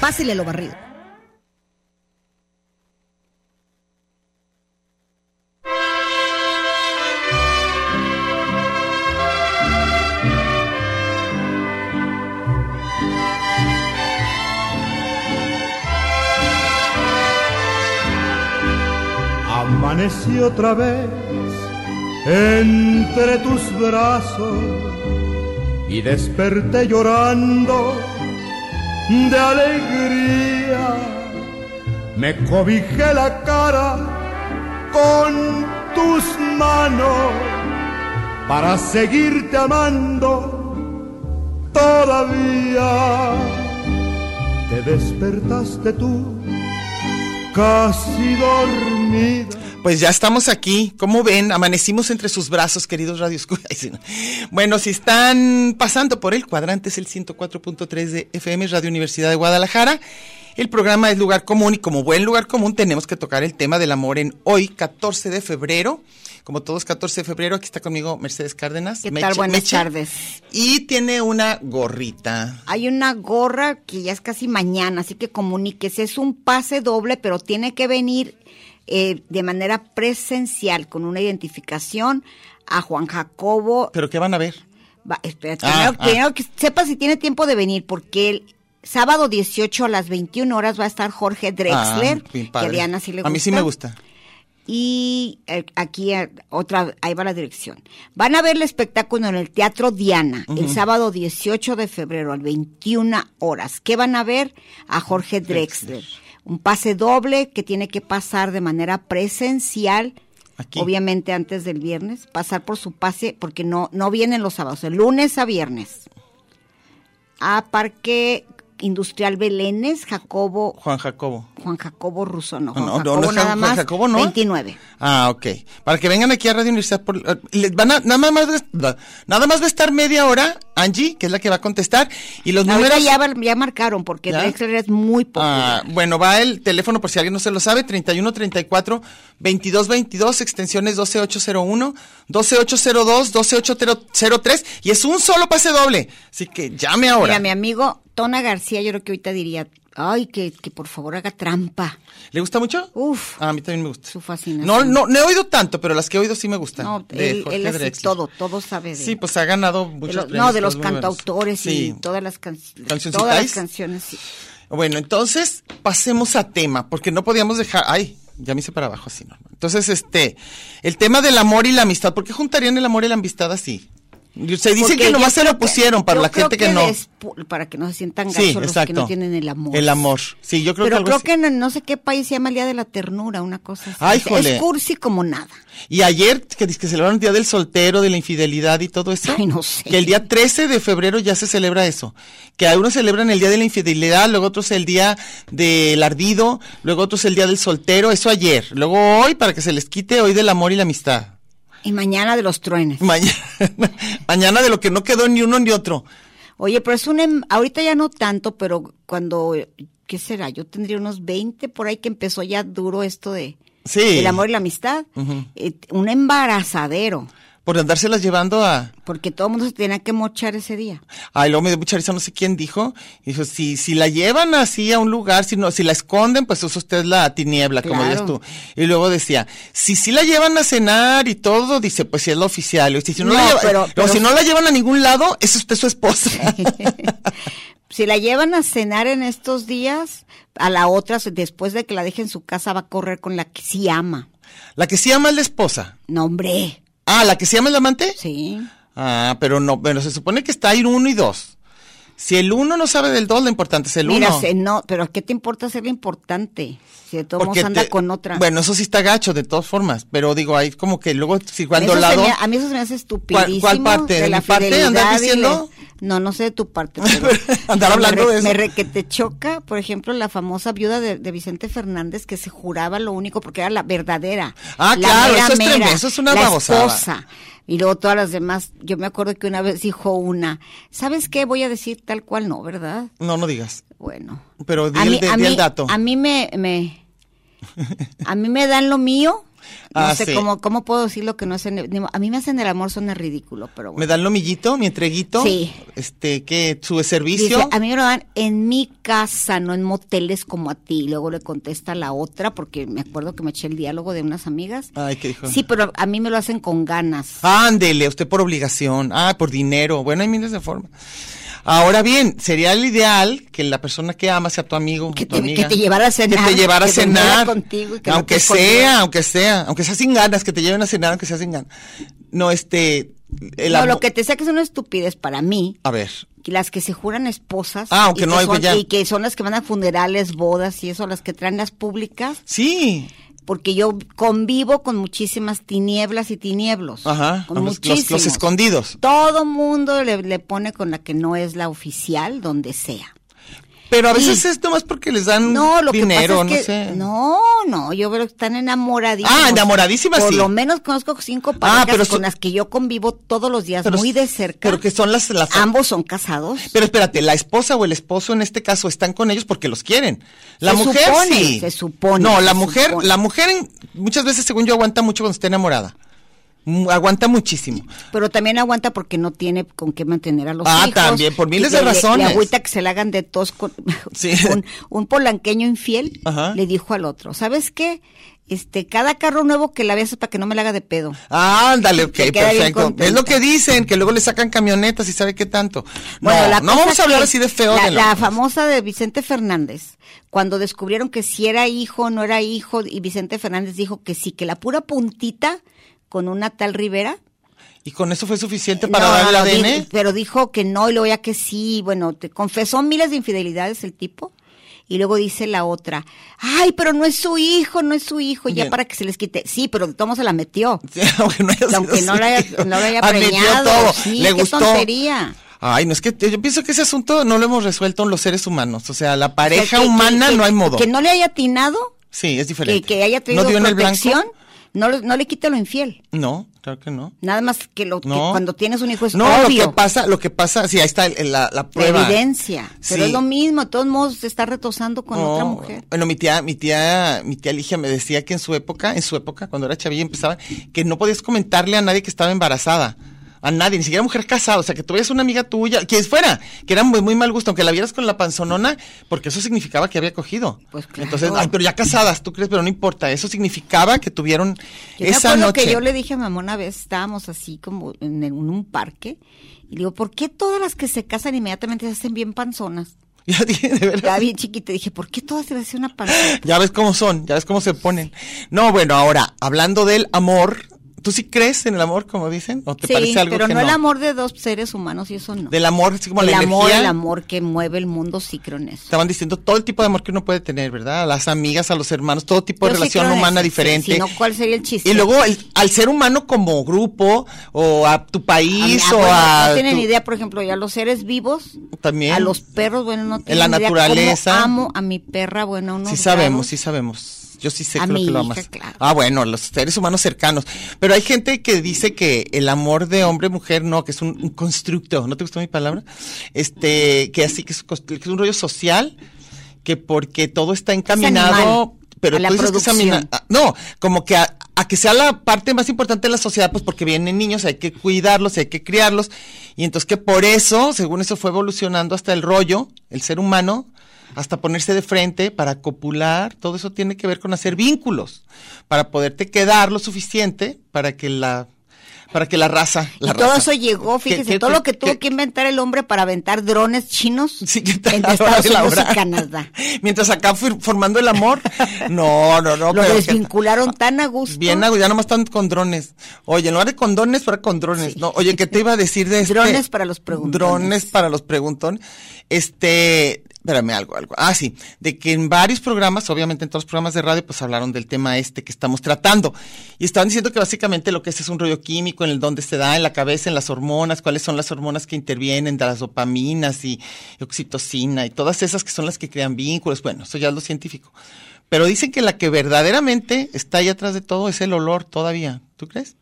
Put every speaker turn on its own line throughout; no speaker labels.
Pásele lo barrido.
Amanecí otra vez entre tus brazos y desperté llorando de alegría. Me cobijé la cara con tus manos para seguirte amando todavía. Te despertaste tú casi dormida.
Pues ya estamos aquí. Como ven, amanecimos entre sus brazos, queridos Radio Bueno, si están pasando por el cuadrante, es el 104.3 de FM Radio Universidad de Guadalajara. El programa es Lugar Común y como buen lugar común tenemos que tocar el tema del amor en hoy, 14 de febrero. Como todos 14 de febrero, aquí está conmigo Mercedes Cárdenas.
¿Qué
Meche-
tal? Buenas
Meche.
tardes.
Y tiene una gorrita.
Hay una gorra que ya es casi mañana, así que comuníquese. Es un pase doble, pero tiene que venir eh, de manera presencial con una identificación a Juan Jacobo.
¿Pero qué van a ver?
Va, espérate,
Ah,
primero-
ah.
primero que sepa si tiene tiempo de venir, porque el sábado 18 a las 21 horas va a estar Jorge Drexler,
Ah,
que
bien
a
padre.
Diana sí le
A
gusta.
mí sí me gusta.
Y eh, aquí eh, otra, ahí va la dirección. Van a ver el espectáculo en el Teatro Diana el sábado 18 de febrero al 21 horas. ¿Qué van a ver? A Jorge Drexler. Un pase doble que tiene que pasar de manera presencial.
Aquí.
Obviamente antes del viernes, pasar por su pase porque no, no vienen los sábados, el lunes a viernes. A Parque Industrial Belénes, Jacobo
Juan Jacobo.
Juan Jacobo Russo, no. Juan
No, no,
Jacobo
no es
nada
Juan
más,
Jacobo, ¿no?
29.
Ah, ok. Para que vengan aquí a Radio Universidad, por, eh, les van a- nada, más, va- nada más va a estar media hora Angie, que es la que va a contestar, y los
Ahorita
Pues números...
ya, va- ya marcaron porque
¿Ya?
Drexler es muy poco.
Ah, bueno, va el teléfono por si alguien no se lo sabe, 31 34 22 22, extensiones 12801, 12802, 12803 y es un solo pase doble. Así que llame ahora.
Mira, mi amigo Tona García, yo creo que ahorita diría, ay, que, que por favor haga trampa.
¿Le gusta mucho?
Uf.
Ah, a mí también me gusta.
Su fascinación.
No, no, no he oído tanto, pero las que he oído sí me gustan.
No,
de
él,
Jorge
él hace
Drexler.
todo, todo sabe de
Sí, pues ha ganado muchos
de los-
premios,
no, de los
todos muy buenos.
cantautores
Sí.
y todas las, can-
¿Cancioncitas?
todas las canciones. sí.
Bueno, entonces pasemos a tema, porque no podíamos dejar. Ay, ya me hice para abajo así, ¿no? Entonces, este, el tema del amor y la amistad. ¿Por qué juntarían el amor y la amistad así? Se dice
Porque
que
yo
nomás se
creo
lo pusieron para
yo
la
creo
gente que, no.
despu- para que no se sientan gachos
Sí,
los que
exacto.
no tienen el amor.
El amor. Sí, yo creo que
Pero
algo
creo
así.
que en no sé qué país se llama el Día de la Ternura, una cosa así.
Ay,
Es-
jole.
Es cursi como nada.
Y ayer, que dice que celebraron el Día del Soltero, de la Infidelidad y todo eso.
Ay, no sé.
Que el día 13 de febrero ya se celebra eso. Que algunos celebran el Día de la Infidelidad, luego otros el Día del Ardido, luego otros el Día del Soltero, eso ayer. Luego hoy, para que se les quite hoy del amor y la amistad.
Y mañana de los truenes.
Mañana, mañana de lo que no quedó ni uno ni otro.
Oye, pero es un... em- Ahorita ya no tanto, pero cuando... ¿Qué será? Yo tendría unos 20 por ahí que empezó ya duro esto de...
Sí.
El amor y la amistad. Eh, un embarazadero.
Por andárselas llevando a...
Porque todo el mundo se tenía que mochar ese día.
Ay, luego me dio mucha risa, no sé quién dijo. Dijo, si, si la llevan así a un lugar, si no, si la esconden, pues usa usted la tiniebla, como
Claro.
dices tú. Y luego decía, si sí la llevan a cenar y todo, dice, pues si es la oficial. Y si, si no, la
No,
lleva-
pero-
o
pero-
si no la llevan a ningún lado, es usted su esposa.
Si la llevan a cenar en estos días, a la otra, después de que la deje en su casa, va a correr con la que sí ama.
la que sí ama es la esposa.
No, hombre.
Ah, ¿la que se llama El Amante?
Sí.
Ah, pero no, pero se supone que está ahí uno y dos. Si el uno no sabe del dos, lo importante es el
Mira,
uno.
se- no, pero ¿qué te importa ser lo importante? Si de todos modos anda
te-
con otra.
Bueno, eso sí está gacho, de todas formas. Pero digo, ahí como que luego, si cuando
Eso se
lado.
me- a mí eso se me hace estupidísimo.
cuál parte?
De
¿De
la
mi parte?
fidelidad
¿Andar
y la-
diciendo?
No, no sé de tu parte. pero-
Andar
me
hablando
re-
de eso.
Me re que te choca, por ejemplo, la famosa viuda de, de Vicente Fernández que se juraba lo único porque era la verdadera.
Ah,
la
claro,
mera
eso es
mera,
tremendo, eso es una
la
babosada.
esposa. Y luego todas las demás, yo me acuerdo que una vez dijo una, ¿sabes qué? Voy a decir tal cual no, ¿verdad?
No, no digas.
Bueno.
Pero di el de- di el dato.
A mí me, me- a mí me dan lo mío. No
Ah,
sé
sí.
cómo, cómo puedo decir lo que no es en el- ni mo- A mí me hacen el amor, suena ridículo, pero
Me
bueno.
dan lo millito, mi entreguito.
Sí.
Este, ¿qué? ¿Su servicio?
Dice, a mí me lo dan en mi casa, no en moteles como a ti. Y Luego le contesta la otra, porque me acuerdo que me eché el diálogo de unas amigas.
Ay, ¿qué Ah, dijo?
Sí, pero a mí me lo hacen con ganas.
Ándele, usted por obligación, ah, por dinero. Bueno, hay miles de formas. Ahora bien, sería el ideal que la persona que amas sea tu amigo, o
Que
tu
te-
amiga.
que te llevara a cenar,
Que te llevara a
que durmiera
cenar.
contigo y que no
aunque
te escondiera.
sea, aunque sea, aunque sea sin ganas, que te lleven a cenar, aunque sea sin ganas. No, este. El
no,
amo-
lo que te saques es una estupidez para mí.
A ver.
que las que se juran esposas
Ah, aunque
y,
no
que
hay
son,
ya.
y que son las que van a funerales, bodas y eso, las que traen las públicas,
Sí.
porque yo convivo con muchísimas tinieblas y tinieblos,
Ajá.
con
los- los-
muchísimos.
los escondidos.
Todo mundo le, le pone con la que no es la oficial, donde sea.
Pero a
Sí.
veces es nomás porque les dan
No, lo
dinero,
que pasa es que
no sé.
no, no, yo creo que están enamoradísimas.
Ah, enamoradísimas,
Por
sí. Ah,
lo menos conozco cinco parejas
pero
con
su-
las que yo convivo todos los días
Pero-
muy de cerca.
Pero que son las, las
Ambos son casados.
Pero espérate, la esposa o el esposo en este caso están con ellos porque los quieren. La
Se
mujer
supone,
sí.
se supone,
No, la
se
mujer,
supone.
la mujer en- muchas veces, según yo, aguanta mucho cuando está enamorada. Mm, Aguanta muchísimo.
Pero también aguanta porque no tiene con qué mantener a los
Ah,
hijos.
también, por miles de
Le- le-
razones.
Le agüita que se le hagan de tos. con-
Sí.
un, un polanqueño infiel
Ajá.
le dijo al otro, ¿sabes qué? Este, cada carro nuevo que la veas es para que no me la haga de pedo.
Ándale, ok,
Se queda bien
perfecto.
contenta.
Es lo que dicen, que luego le sacan camionetas y sabe qué tanto. no,
la
no
cosa
vamos a hablar
que
así de feo
La,
de
la
los-
famosa de Vicente Fernández, cuando descubrieron que si era hijo o no era hijo, y Vicente Fernández dijo que sí, que la pura puntita con una tal Rivera.
Y con eso fue suficiente para
Eh, No,
dar el
no,
ADN.
di- pero dijo que no y luego ya que sí. Bueno, te confesó miles de infidelidades el tipo. Y luego dice la otra, ay, pero no es su hijo, no es su hijo, ya
Bien.
para que se les quite. Sí, pero de todos modos se la metió.
Sí, aunque no haya
Aunque
sido
no la haya-
suyo.
no la haya
Admitió
preñado,
todo.
sí,
le
qué
gustó.
tontería.
Ay, no es que yo pienso que ese asunto no lo hemos resuelto los seres humanos. O sea, la
O sea,
pareja
que- que-
humana
que-
no hay modo.
Que no le haya atinado,
sí, es
que,
diferente.
que haya tenido
¿No dio en el
protección,
blanco?
no, lo- no le quite lo infiel.
No, claro que no.
Nada más que, lo, que
No.
cuando tienes un hijo es
no,
obvio.
lo que pasa, lo que pasa, sí, ahí está el- la, la
la
prueba.
evidencia. Pero
Sí.
es lo mismo, de todos modos se está retosando con
No,
otra mujer.
Bueno, mi tía, mi tía, mi tía Ligia me decía que en su época, en su época, cuando era chavilla, empezaba, que no podías comentarle a nadie que estaba embarazada. A nadie, ni siquiera mujer casada. O sea, que tuvieras una amiga tuya, quien fuera, que era muy, muy mal gusto, aunque la vieras con la panzonona, porque eso significaba que había cogido.
Pues claro.
Entonces, ay, pero ya casadas, tú crees, pero no importa. Eso significaba que tuvieron
Yo me
esa
acuerdo
noche.
que yo le dije a mi mamá una vez, estábamos así como en, el- en un parque, y le digo, ¿por qué todas las que se casan inmediatamente se hacen bien panzonas?
Ya dije, de veras.
Estaba bien chiquita, y dije, ¿por qué todas se hacen una panzona?
Ya ves cómo son, ya ves cómo se ponen. No, bueno, ahora, hablando del amor, ¿tú sí crees en el amor, como dicen? ¿O te
Sí,
parece algo
pero
que
no,
no?
el amor de dos seres humanos y eso no.
Del amor, así como
el
la
amor,
energía.
el amor que mueve el mundo, sí creo en eso.
Estaban diciendo todo el tipo de amor que uno puede tener, ¿verdad? A las amigas, a los hermanos, todo tipo de
Yo sí
relación
creo en
humana
eso, sí,
diferente.
Si no, ¿cuál sería el chiste?
y luego el- al ser humano como grupo, o a tu
A mí-
país,
ah,
o
bueno,
a.
no tienen
tu-
idea, por ejemplo, ya los seres vivos,
También.
a los perros, bueno, no tienen
la
idea cómo
naturaleza.
amo a mi perra, bueno, no.
Sí sabemos, sí sabemos. Yo sí sé
A
que lo
mi
que lo
hija,
amas.
claro.
Ah, bueno, los seres humanos cercanos. Pero hay gente que dice que el amor de hombre-mujer no, que es un, un constructo. ¿No te gustó mi palabra? Este, que así, que es, un cons- que es un rollo social, que porque todo está encaminado.
animal,
Pero
a la
tú dices que es
producción.
amina- a- no, como que a, a que sea la parte más importante de la sociedad, pues porque vienen niños, hay que cuidarlos, hay que criarlos. Y entonces que por eso, según eso, fue evolucionando hasta el rollo, el ser humano, hasta ponerse de frente para copular, todo eso tiene que ver con hacer vínculos, para poderte quedar lo suficiente para que la Para que la raza, la
Y
raza.
todo eso llegó,
¿Qué-
fíjese,
qué-
todo lo que
qué-
tuvo
qué-
que inventar el hombre para aventar drones chinos
Sí, que tal
entre
a la hora
Estados
de la
Unidos
hora?
y Canadá.
Mientras acá fir- formando el amor. No, no, no.
Lo
pero que-
desvincularon tan a gusto.
Bien, hago, ya nomás están con drones. Oye, en lugar de con dones, para con drones. No, oye, ¿qué te iba a decir de este?
Drones para los preguntones.
Drones para los preguntones. Este, espérame algo, algo. Ah, sí, de que en varios programas, obviamente en todos los programas de radio, pues hablaron del tema este que estamos tratando. Y estaban diciendo que básicamente lo que es es un rollo químico, en el donde se da, en la cabeza, en las hormonas, cuáles son las hormonas que intervienen, de las dopaminas y oxitocina y todas esas que son las que crean vínculos. Bueno, eso ya es lo científico. Pero dicen que la que verdaderamente está ahí atrás de todo es el olor todavía. ¿Tú crees?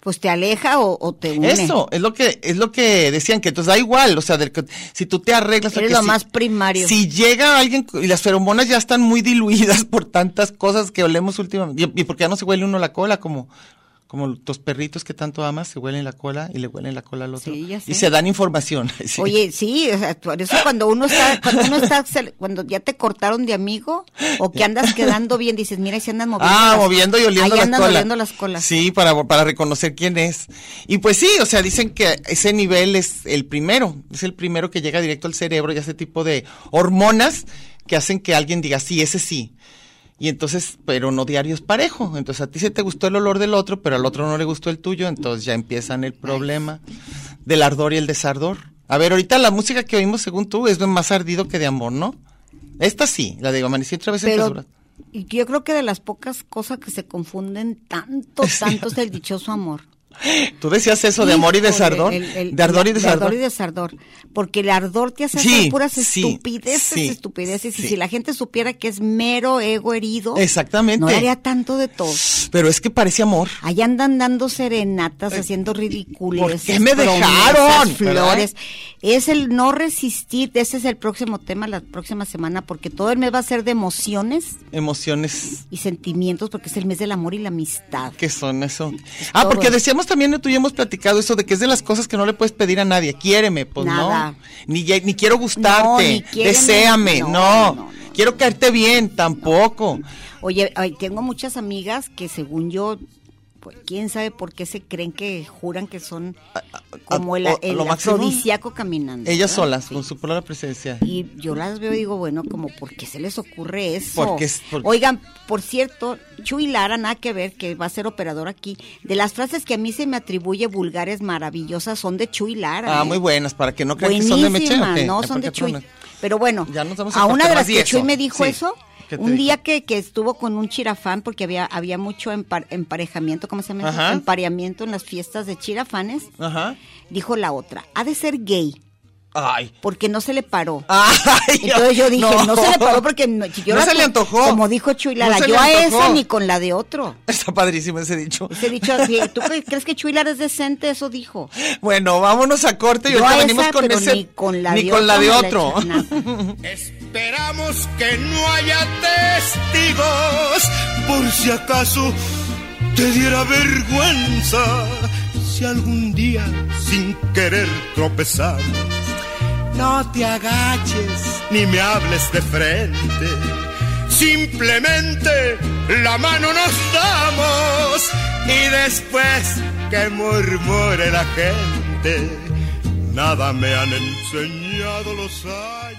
Pues te aleja o, o te une.
Eso, es lo que, es lo que decían, que entonces da igual, o sea, del que- si tú te arreglas. o
Eres
que
lo
si-
más primario.
Si llega alguien c- y las feromonas ya están muy diluidas por tantas cosas que olemos últimamente, y, y porque ya no se huele uno la cola como, como tus perritos que tanto amas, se huelen la cola y le huelen la cola al otro.
Sí, ya sé.
Y se dan información. sí.
Oye, sí, o sea, por eso cuando uno está, cuando uno está, se- cuando ya te cortaron de amigo o que andas quedando bien, dices, mira, se andan moviendo.
Ah,
las-
moviendo y oliendo
ahí
las
andan
colas.
oliendo las colas.
Sí, para, para reconocer quién es. Y pues sí, o sea, dicen que ese nivel es el primero, es el primero que llega directo al cerebro y ese tipo de hormonas que hacen que alguien diga, sí, ese sí. Y entonces, pero no diario es parejo. Entonces a ti se te gustó el olor del otro, pero al otro no le gustó el tuyo, entonces ya empiezan el problema del ardor y el desardor. A ver, ahorita la música que oímos, según tú, es de más ardido que de amor, ¿no? Esta sí, la de Amanecí otra vez en
Pero
Cazuras.
y yo creo que de las pocas cosas que se confunden tanto, tanto es el dichoso amor.
Tú decías eso de amor y
Híjole,
desardor.
el- el-
de ardor y
de
desardor.
ardor y desardor. Porque el ardor te hace
Sí,
hacer puras
sí,
estupideces,
sí,
estupideces.
sí.
Y si la gente supiera que es mero ego herido,
Exactamente.
no haría tanto de todo.
Pero es que parece amor.
Allá andan dando serenatas, haciendo ridículas.
Eh, ¿por qué me dejaron?
Flores. Es el no resistir. Ese es el próximo tema la próxima semana, porque todo el mes va a ser de emociones
Emociones
y sentimientos, porque es el mes del amor y la amistad.
que son eso. Ah,
todo.
porque decíamos también, tú y yo hemos platicado eso de que es de las cosas que no le puedes pedir a nadie. Quiéreme, pues
Nada.
no. Ni, ye- ni quiero gustarte.
No, ni quiéreme.
Deséame.
No,
No,
no, no.
Quiero caerte bien. Tampoco.
Oye, ay, tengo muchas amigas que según yo, pues, quién sabe por qué se creen que juran que son como el,
a- a-
el
lo máximo.
afrodisíaco caminando.
Ellas
¿verdad?
solas,
Sí.
con su propia presencia.
Y yo las veo y digo, bueno, como, ¿por qué se les ocurre eso?
Porque es- porque-
Oigan, por cierto, Chuy Lara, nada que ver, que va a ser operador aquí. De las frases que a mí se me atribuye vulgares, maravillosas, son de Chuy Lara.
Ah,
¿eh?
muy buenas, para que no crean que son de
Buenísimas,
Meche. ¿o qué?
no,
Ay,
son
¿por
de
qué
Chuy.
tronas?
Pero bueno,
Ya nos vamos a
a, una
cortar
de
más
las
de
que
eso.
Chuy me dijo
Sí.
eso,
¿Qué te
un
dijo?
día que, que estuvo con un chirafán, porque había, había mucho empar- emparejamiento, ¿cómo se llama? eso?
Ajá.
Empareamiento en las fiestas de chirafanes,
Ajá.
dijo la otra, ha de ser gay,
Ay.
porque no se le paró.
Ay,
Entonces yo dije, no, se le paró porque no, si yo
No
la
se le
tu-
antojó.
Como dijo Chuy
No
Lara,
se le
yo a
antojó.
esa ni con la de otro.
Está padrísimo ese dicho.
Ese dicho, así, ¿tú cre- crees que Chuy Lara es decente? Eso dijo.
Bueno, vámonos a corte y
Yo
ahorita
a
venimos
esa,
con
pero
ese.
ni con la
ni
de
con la
otro
de
me la
otro.
echo, nada.
Esperamos que no haya testigos, por si acaso te diera vergüenza si algún día sin querer tropezamos. No te agaches ni me hables de frente, simplemente la mano nos damos y después que murmure la gente, nada me han enseñado los años.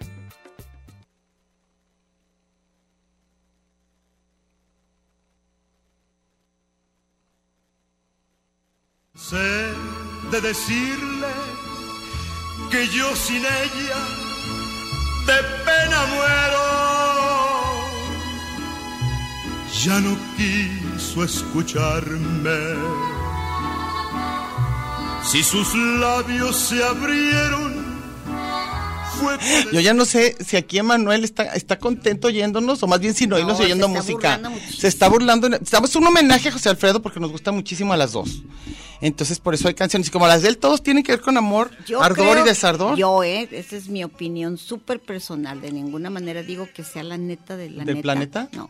Sé de decirle que yo sin ella de pena muero. Ya no quiso escucharme. Si sus labios se abrieron, fue por
Yo ya no sé si aquí Emanuel está, está contento oyéndonos, o más bien si no,
No,
irnos
se
oyendo
está
música.
burlando muchísimo.
Se está burlando. Estamos un homenaje a José Alfredo porque nos gusta muchísimo a las dos. Entonces, por eso hay canciones. Y como las de él, todos tienen que ver con amor,
Yo
ardor
creo-
y desardor.
Yo, ¿eh? Esa es mi opinión súper personal. De ninguna manera digo que sea la neta de la
¿Del
neta.
planeta?
No.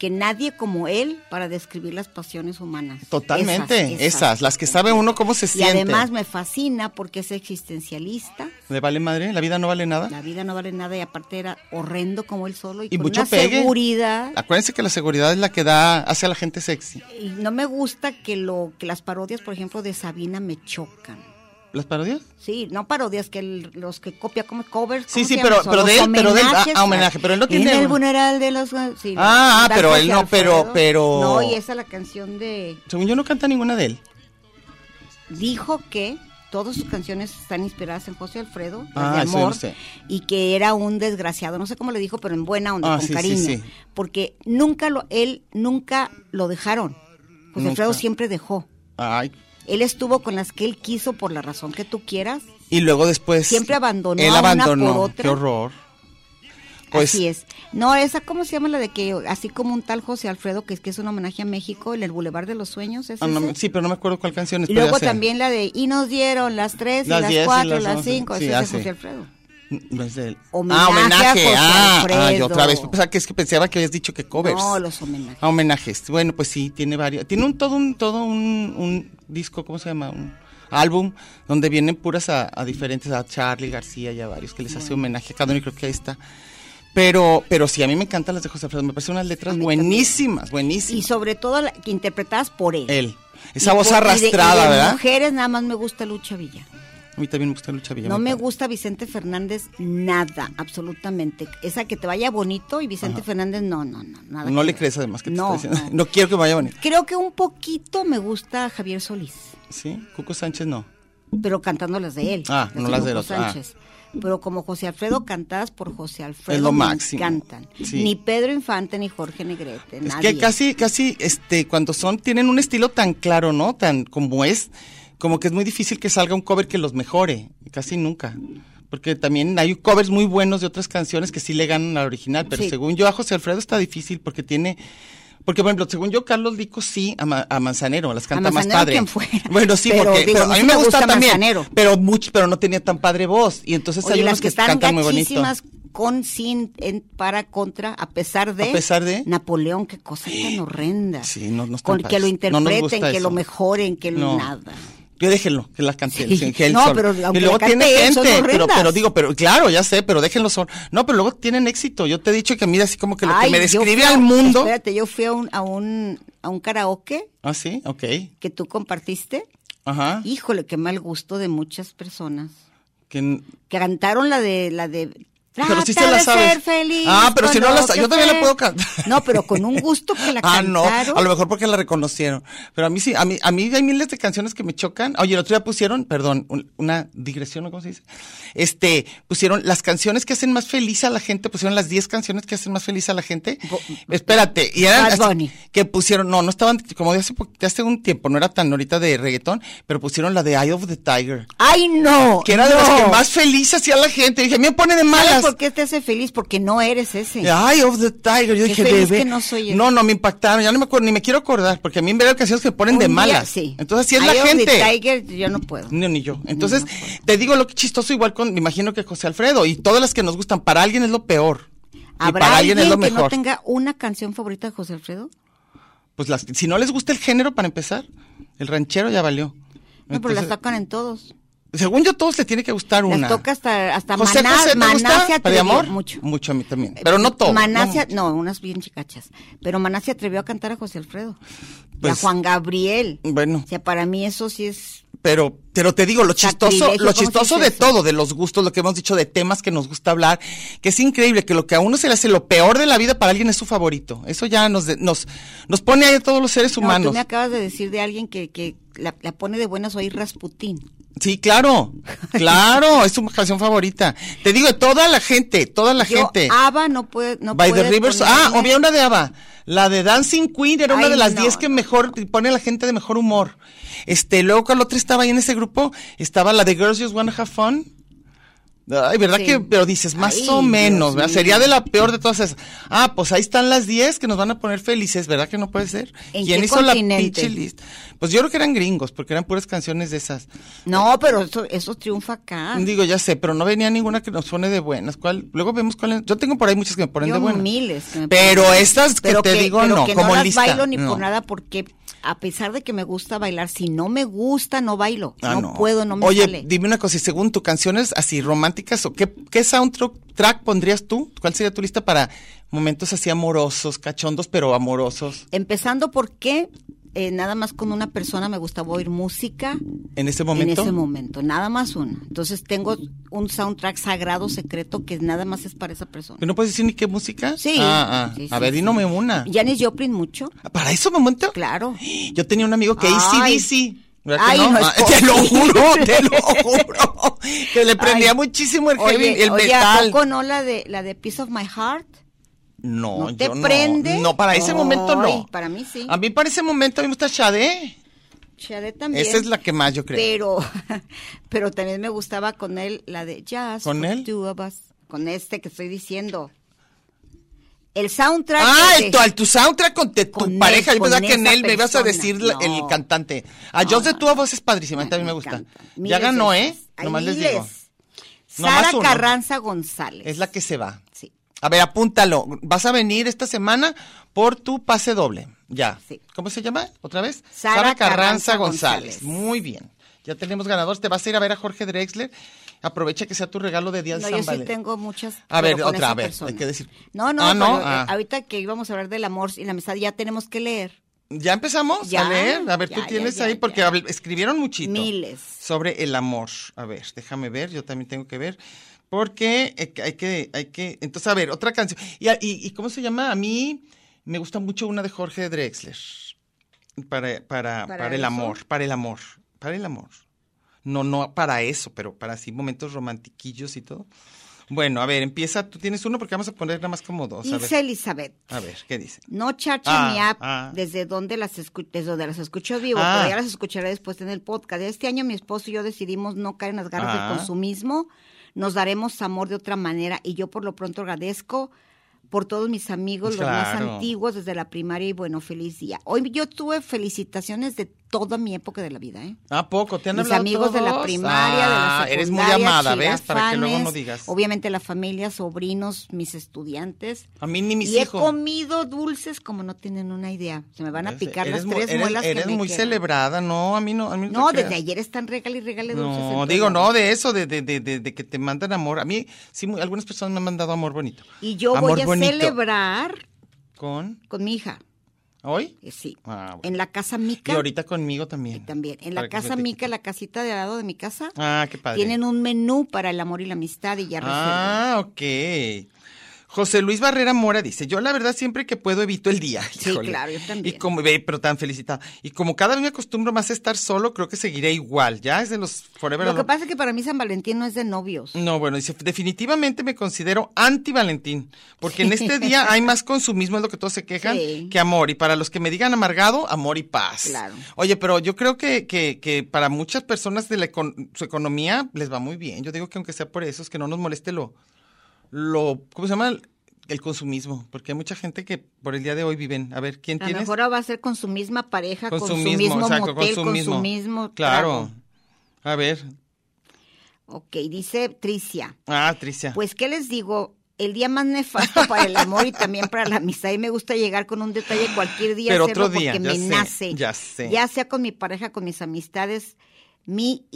Que nadie como él para describir las pasiones humanas.
Totalmente. Esas, las que sabe uno cómo se
Y
siente.
además me fascina porque es existencialista.
¿Le vale madre? ¿La vida no vale nada?
La vida no vale nada y aparte era horrendo como él solo y,
Y
con
mucho
una
pegue.
seguridad.
Acuérdense que la seguridad es la que da, hace a la gente sexy.
Y no me gusta que lo que las parodias, por ejemplo, de Sabina me chocan.
¿Las parodias?
Sí, no parodias que el- los que copia como covers.
Sí,
¿cómo
sí,
se
pero-
llaman?
pero
Son
de él,
los
pero de él,
homenajes
ah, ah, homenaje, pero él no tiene-
En el funeral de los. sí,
Ah, ah,
da
pero
José
él no, pero-
Alfredo.
pero-
No, y esa es la canción de.
Según yo no canta ninguna de él.
Dijo que todas sus canciones están inspiradas en José Alfredo, las
Ah,
de
eso yo
amor,
no sé.
y que era un desgraciado, no sé cómo le dijo, pero en buena onda,
Ah,
con
sí, sí,
cariño,
sí.
porque nunca lo, él nunca lo dejaron. José
Nunca.
Alfredo siempre dejó.
Ay.
Él estuvo con las que él quiso por la razón que tú quieras.
Y luego después.
Siempre abandonó
Él
a una
abandonó.
por otra.
Qué horror. Pues,
así es. No, esa, ¿cómo se llama la de que, así como un tal José Alfredo, que es que es un homenaje a México, en el Boulevard de los Sueños? ¿es
ah, no,
ese?
sí, pero no me acuerdo cuál canción es.
Y
pero ya
luego
sé.
también la de, y nos dieron las tres, y
Las
las
diez y
cuatro,
las
las
once.
cinco.
Sí,
Ese es
ah,
de
sí.
José Alfredo.
No es de él.
Homenaje
ah,
a
homenaje.
José
ah, ah, yo
Alfredo.
otra vez. O sea, que es que pensaba que habías dicho que covers.
No, los homenajes.
Ah, homenajes. Bueno, pues sí, tiene varios. Tiene un todo un todo un, un disco, ¿cómo se llama? Un álbum donde vienen puras a, a diferentes a Charlie García y a varios que les hace homenaje a cada uno y creo que ahí está. Pero pero sí a mí me encantan las de José Alfredo, me parecen unas letras
A mí
buenísimas,
Y
buenísimas.
sobre todo la- que interpretadas por él.
Él. Esa
Y
voz
por- y de- y
arrastrada,
de
¿verdad?
mujeres nada más me gusta Lucha Villa.
A mí también me gusta Lucha Villa.
No me
encanta.
gusta Vicente Fernández nada, absolutamente. Esa que te vaya bonito y Vicente Fernández, no, no, no. Nada
No
que
le
ver.
crees además que te
No,
está diciendo.
no.
No quiero que me vaya bonito.
Creo que un poquito me gusta Javier Solís,
Sí, Cuco Sánchez no.
pero cantando las de él.
Ah, no
de
las de
Hugo
los- ah.
Pero como José Alfredo, cantadas por José Alfredo.
Es lo
me
máximo,
encantan.
sí.
Ni Pedro Infante ni Jorge Negrete.
Es
nadie.
que casi, casi, este, cuando son, tienen un estilo tan claro, ¿no? Tan como es, como que es muy difícil que salga un cover que los mejore, casi nunca. Porque también hay covers muy buenos de otras canciones que sí le ganan al original, pero
Sí.
según yo a José Alfredo está difícil porque tiene, porque por ejemplo, según yo Carlos Lico sí a, Ma- a Manzanero, las canta más
Manzanero,
padre.
quien fuera.
Bueno, sí,
Pero,
porque
digo,
pero a mí me gusta, también, pero mucho, pero no tenía tan padre voz y entonces
Oye,
hay unos
las que
que,
están
cantan muy bonito.
gachísimas con, sin, en- para, contra, a pesar de...
A pesar de-
Napoleón, qué cosa tan horrenda.
Sí, no- no están
Con que lo
padres. No nos
interpreten,
gusta
que
eso.
lo mejoren, que lo-
No.
nada.
Yo déjenlo, que la cante
Sí.
sí, que él
No,
solo.
pero aunque
y luego
la cante
tiene
él, son
gente, pero,
horrendas.
pero digo, pero claro, ya sé, pero déjenlo son. No, pero luego tienen éxito. Yo te he dicho que mira así como que lo
Ay,
que me
yo
describe
fui a-
al mundo.
Espérate, yo fui a un, a un, a un karaoke
Ah, sí, ok.
que tú compartiste.
Ajá.
Híjole, qué mal gusto de muchas personas.
Que n-
Que cantaron la de la de
Pero sí
"Trata
se la
de
sabes".
ser feliz
Ah, pero
con
si no
lo
la sa-
que
yo también la
fue.
puedo cantar.
No, pero con un gusto que la
Ah, no,
cantaron.
a lo mejor porque la reconocieron. Pero a mí sí, a mí, a mí hay miles de canciones que me chocan. Oye, el otro día pusieron, perdón, un- una digresión, ¿no? ¿Cómo se dice? Este, pusieron las canciones que hacen más feliz a la gente, pusieron las 10 canciones que hacen más feliz a la gente.
Bo-
Espérate, y eran
Bad
así-
Bunny.
que pusieron, no, no estaban, como de hace, po- de hace un tiempo, no era tan ahorita de reggaetón, pero pusieron la de Eye of the Tiger,
Ay, no.
que era de las
no.
que más feliz hacía la gente. Dije, me pone de
¿Sabes
malas.
por qué te hace feliz? Porque no eres ese.
Ay, of the Tiger. Yo
Qué
dije,
feliz
bebé.
que no soy él.
no, no, me impactaron. Ya no me acuerdo, ni me quiero acordar, porque a mí me veo canciones que ponen
Un
de
día,
malas.
sí.
Entonces, así es
Eye of
la
the
gente.
Tiger, yo no puedo.
No, ni yo. Entonces, te digo lo que chistoso, igual con, me imagino que José Alfredo, y todas las que nos gustan, para alguien es lo peor. y
¿Habrá
para
alguien,
alguien es lo
que no
mejor.
tenga una canción favorita de José Alfredo?
Pues las, si no les gusta el género, para empezar, el ranchero ya valió.
No, pero las
Entonces,
tocan en todos.
Según yo, todos le tiene que gustar una.
Las toca hasta, hasta
José
Maná,
José, ¿te
Maná
gusta?
se
¿Para de
atrevió
amor?
mucho. Eh,
Mucho a mí también. Pero no todo.
Maná
no
se-
mucho.
no, unas bien chicachas. Pero Maná se atrevió a cantar a José Alfredo. y a
Pues-
Juan Gabriel.
Bueno.
O sea, para mí eso sí es.
pero, pero te digo, lo chistoso,
Sacrilegio,
lo
¿cómo se
chistoso
dice
de
eso?
todo, de los gustos, lo que hemos dicho, de temas que nos gusta hablar, que es increíble que lo que a uno se le hace lo peor de la vida para alguien es su favorito. Eso ya nos, de- nos, nos pone ahí a todos los seres
No, tú
humanos.
me acabas de decir de alguien que, que la, la pone de buenas oír Rasputín.
Sí, claro, claro, es tu canción favorita. Te digo, toda la gente, toda la
Yo,
gente.
Ava no puede. No
By the
puede
Rivers. Ah,
ponerme-
había una de ABBA. La de Dancing Queen era una
Ay,
de las
no,
10 que
no,
mejor pone a la gente de mejor humor. Este, luego cuál otra estaba ahí en ese grupo, estaba la de Girls Just Wanna Have Fun. Ay, ¿verdad
Sí.
que? Pero dices, más
Ay,
o
Dios
menos, ¿verdad?
mío.
Sería de la peor de todas esas. Ah, pues ahí están las 10 que nos van a poner felices, ¿verdad que no puede ser?
¿En
¿Quién
qué
hizo la
continente?
pinche lista? Pues yo creo que eran gringos, porque eran puras canciones de esas.
No, pero eso, eso triunfa acá.
Digo, ya sé, pero no venía ninguna que nos pone de buenas. ¿Cuál? Luego vemos cuál es. Yo tengo por ahí muchas que me ponen
Yo
de buenas.
miles. que me
Pero
ponen.
estas que
Pero
te digo,
pero
no,
que
como
no las
lista,
bailo ni
no.
por nada porque a pesar de que me gusta bailar, si no me gusta no bailo,
Ah,
no, puedo, no me
Oye,
sale.
dime una cosa, y según tus canciones así románticas, o qué, ¿qué soundtrack track pondrías tú? ¿Cuál sería tu lista para momentos así amorosos, cachondos, pero amorosos
Empezando porque eh, nada más con una persona me gustaba oír música
en ese momento?
en ese momento, nada más una. Entonces tengo un soundtrack sagrado secreto que nada más es para esa persona.
¿No puedes decir ni qué música?
Sí.
Ah, ah.
Sí,
a
sí,
ver,
sí.
y no me una. Ah,
Janis Joplin mucho,
¿Para ese momento?
claro.
Yo tenía un amigo que
Ay.
ACDC. ¿verdad que
Ay, no es
Ah, te lo
posible.
juro, te lo juro. Que le prendía
Ay.
muchísimo el heavy,
Oye,
el
oye, ¿a
metal.
poco no la de la de Piece of My Heart?
No,
¿No te
yo no.
prende?
No, para ese momento
Ay,
no.
para mí sí.
A mí para ese momento a mí me gusta Shade.
Shadé también.
Esa es la que más yo creo.
Pero, pero también me gustaba con él la de Jazz.
¿Con él?
Con este que estoy diciendo. El soundtrack.
ah,
de-
el, tu, al- tu soundtrack con te- tu
con él,
pareja. Yo
con
pensaba que en
esa
él me ibas a
persona.
decir la- el
No.
cantante. A
No,
Jos de
no,
tu
no.
voz es padrísima. A mí también me gusta.
encanta.
Ya
Miles
ganó,
de
¿eh?
esas. Hay
Nomás les
miles.
digo. Nomás
Sara
uno.
Carranza González.
Es la que se va.
Sí.
A ver, apúntalo. Vas a venir esta semana por tu pase doble. Ya.
Sí.
¿Cómo se llama? ¿Otra vez?
Sara Carranza González.
Muy bien. Ya tenemos ganadores. Te vas a ir a ver a Jorge Drexler. Aprovecha que sea tu regalo de Día de
No,
San
yo sí
Valentín.
tengo muchas.
A
pero
ver,
con
otra,
esa
a ver, hay
persona.
que decir.
No, no,
Ah, no,
pero, eh,
ah.
ahorita que íbamos a hablar del amor y la amistad, ya tenemos que leer.
¿Ya empezamos
Ya,
a leer? A ver,
ya,
tú
ya,
tienes
ya,
ahí,
ya.
porque habl- escribieron muchito.
Miles.
Sobre el amor. A ver, déjame ver, yo también tengo que ver. Porque eh, que hay que, hay que, entonces, a ver, otra canción. ¿Y, a- y- y cómo se llama? A mí me gusta mucho una de Jorge Drexler. Para, para, para,
¿Para
el
eso?
amor, para el amor, para el amor. No, no para eso, pero para así momentos romantiquillos y todo. Bueno, a ver, empieza, tú tienes uno porque vamos a poner nada más como dos. A
Dice
ver,
Elizabeth.
a ver ¿qué dice?
No charcha
Ah,
mi app
ah.
desde donde las escu- desde donde las escucho vivo,
Ah.
pero ya las escucharé después en el podcast. Este año mi esposo y yo decidimos no caer en las garras
Ah.
del consumismo, nos daremos amor de otra manera y yo por lo pronto agradezco por todos mis amigos, los más
Pues Claro.
antiguos desde la primaria y bueno, feliz día. Hoy yo tuve felicitaciones de toda mi época de la vida, ¿eh?
¿A poco? ¿Te han
Mis
hablado
amigos de la
todos?
primaria,
Ah,
de la secundaria,
Eres muy amada, ¿ves? Para que luego no
chirafanes,
digas.
Obviamente la familia, sobrinos, mis estudiantes.
A mí ni mis
y he
hijos.
comido dulces como no tienen una idea. Se me van a
Eres-
picar
eres
las
muy-
tres
eres,
muelas que
Eres
me
muy
quedan.
celebrada, no, a mí no. A mí
No,
te
desde
creas.
ayer están regale y regale dulces. en
No,
todo
digo,
lado.
no, de eso, de, de, de, de, de que te mandan amor. A mí, sí, mu- algunas personas me han mandado amor bonito.
Y yo
Amor
voy a
bonito.
celebrar
¿Con?
con mi hija,
¿Hoy?
eh, sí,
Ah, bueno.
en la casa
Y
Mica.
ahorita conmigo también.
También, en la
Para que
casa
platiquen.
Mica, la casita de al lado de mi casa,
Ah, qué padre.
tienen un menú para el amor y la amistad y ya reservé.
Ah, ok. José Luis Barrera Mora dice, yo la verdad siempre que puedo evito el día.
Sí, claro, yo también.
Y como, ve, pero tan felicitada. Y como cada vez me acostumbro más a estar solo, creo que seguiré igual. Ya es de los Forever
Lo que
Alone.
pasa es que para mí San Valentín no es de novios.
No, bueno, dice, definitivamente me considero anti-Valentín, porque en este día hay más consumismo, es lo que todos se quejan,
Sí.
que amor. Y para los que me digan amargado, amor y paz.
Claro.
Oye, pero yo creo que, que, que para muchas personas de la econ- su economía les va muy bien. Yo digo que aunque sea por eso, es que no nos moleste lo, lo ¿cómo se llama? El, el consumismo, porque hay mucha gente que por el día de hoy viven. A ver, ¿quién
A lo
tienes?
mejor va a ser con su misma pareja, con, su
Consumismo,
mismo
exacto,
motel, con su
consumismo.
mismo
Claro.
trago.
A ver.
Ok, dice Tricia.
Ah, Tricia.
Pues, ¿qué les digo? El día más nefasto para el amor y también para la amistad. Y me gusta llegar con un detalle cualquier día,
Pero
hacerlo
otro día,
porque
ya
me
sé,
nace.
ya sé.
Ya sea con mi pareja, con mis amistades, Mi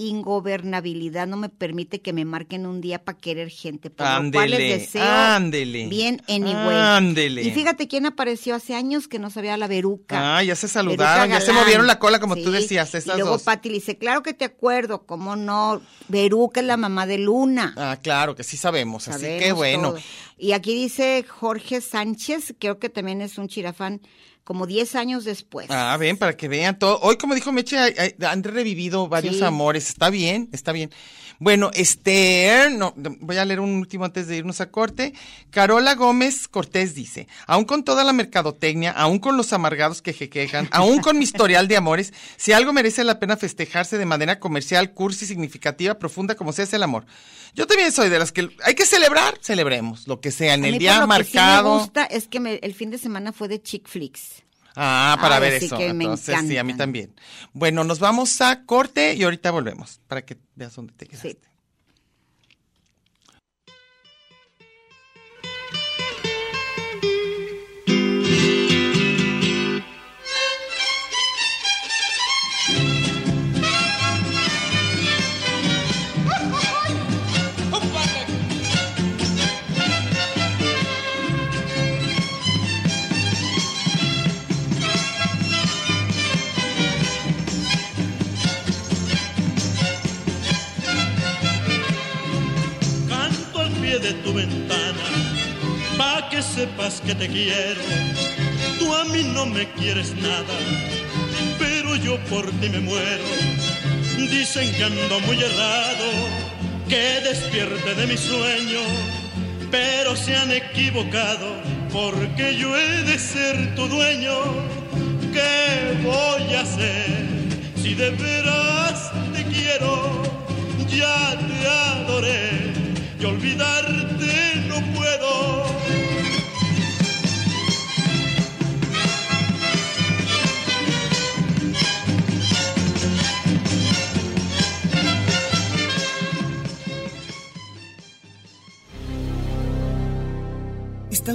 ingobernabilidad no me permite que me marquen un día para querer gente, por lo cual
Ándele,
les deseo
ándele,
bien anyway.
ándele.
Y fíjate quién apareció hace años que no sabía la Veruca.
Ah, ya se saludaron,
Veruca
ya se
Galán.
movieron la cola, como tú
Sí,
decías, esas
y luego
dos.
Pati le dice, claro que te acuerdo, cómo no, Veruca es la mamá de Luna.
Ah, claro, que sí sabemos, así que
Sabemos
bueno.
todo. Y aquí dice Jorge Sánchez, creo que también es un chirafán, como 10 años después.
Ah, ven, para que vean todo. Hoy, como dijo Meche, hay- hay- han revivido varios
Sí.
amores. Está bien, está bien. Bueno, este, no, no, voy a leer un último antes de irnos a corte. Carola Gómez Cortés dice, aún con toda la mercadotecnia, aún con los amargados que jequejan, aún con mi historial de amores, si algo merece la pena festejarse de manera comercial, cursi, significativa, profunda, como sea, es el amor. Yo también soy de las que hay que celebrar, celebremos, lo que sea, en
A
el
mí
día
por lo que sí me
marcado.
gusta es que me- el fin de semana fue de chick flicks.
Ah, para
Ay,
ver
así
eso.
que me
Entonces, sí, a mí
encantan.
también. Bueno, nos vamos a corte y ahorita volvemos para que veas dónde te quedaste.
Sí.
canto al pie de tu ventana, pa' que sepas que te quiero. Tú a mí no me quieres nada, pero yo por ti me muero. Dicen que ando muy errado, que despierte de mi sueño, pero se han equivocado, porque yo he de ser tu dueño. ¿Qué voy a hacer si de veras te quiero? ya te adoré y olvidarte no puedo.
Está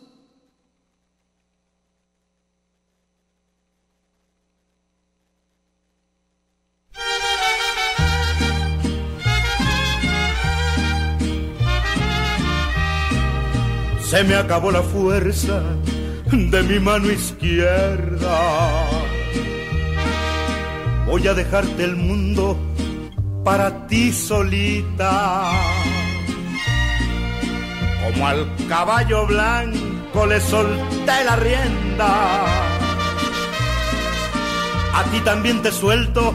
Se me acabó la fuerza de mi mano izquierda. Voy a dejarte el mundo para ti solita. Como al caballo blanco le solté la rienda. A ti también te suelto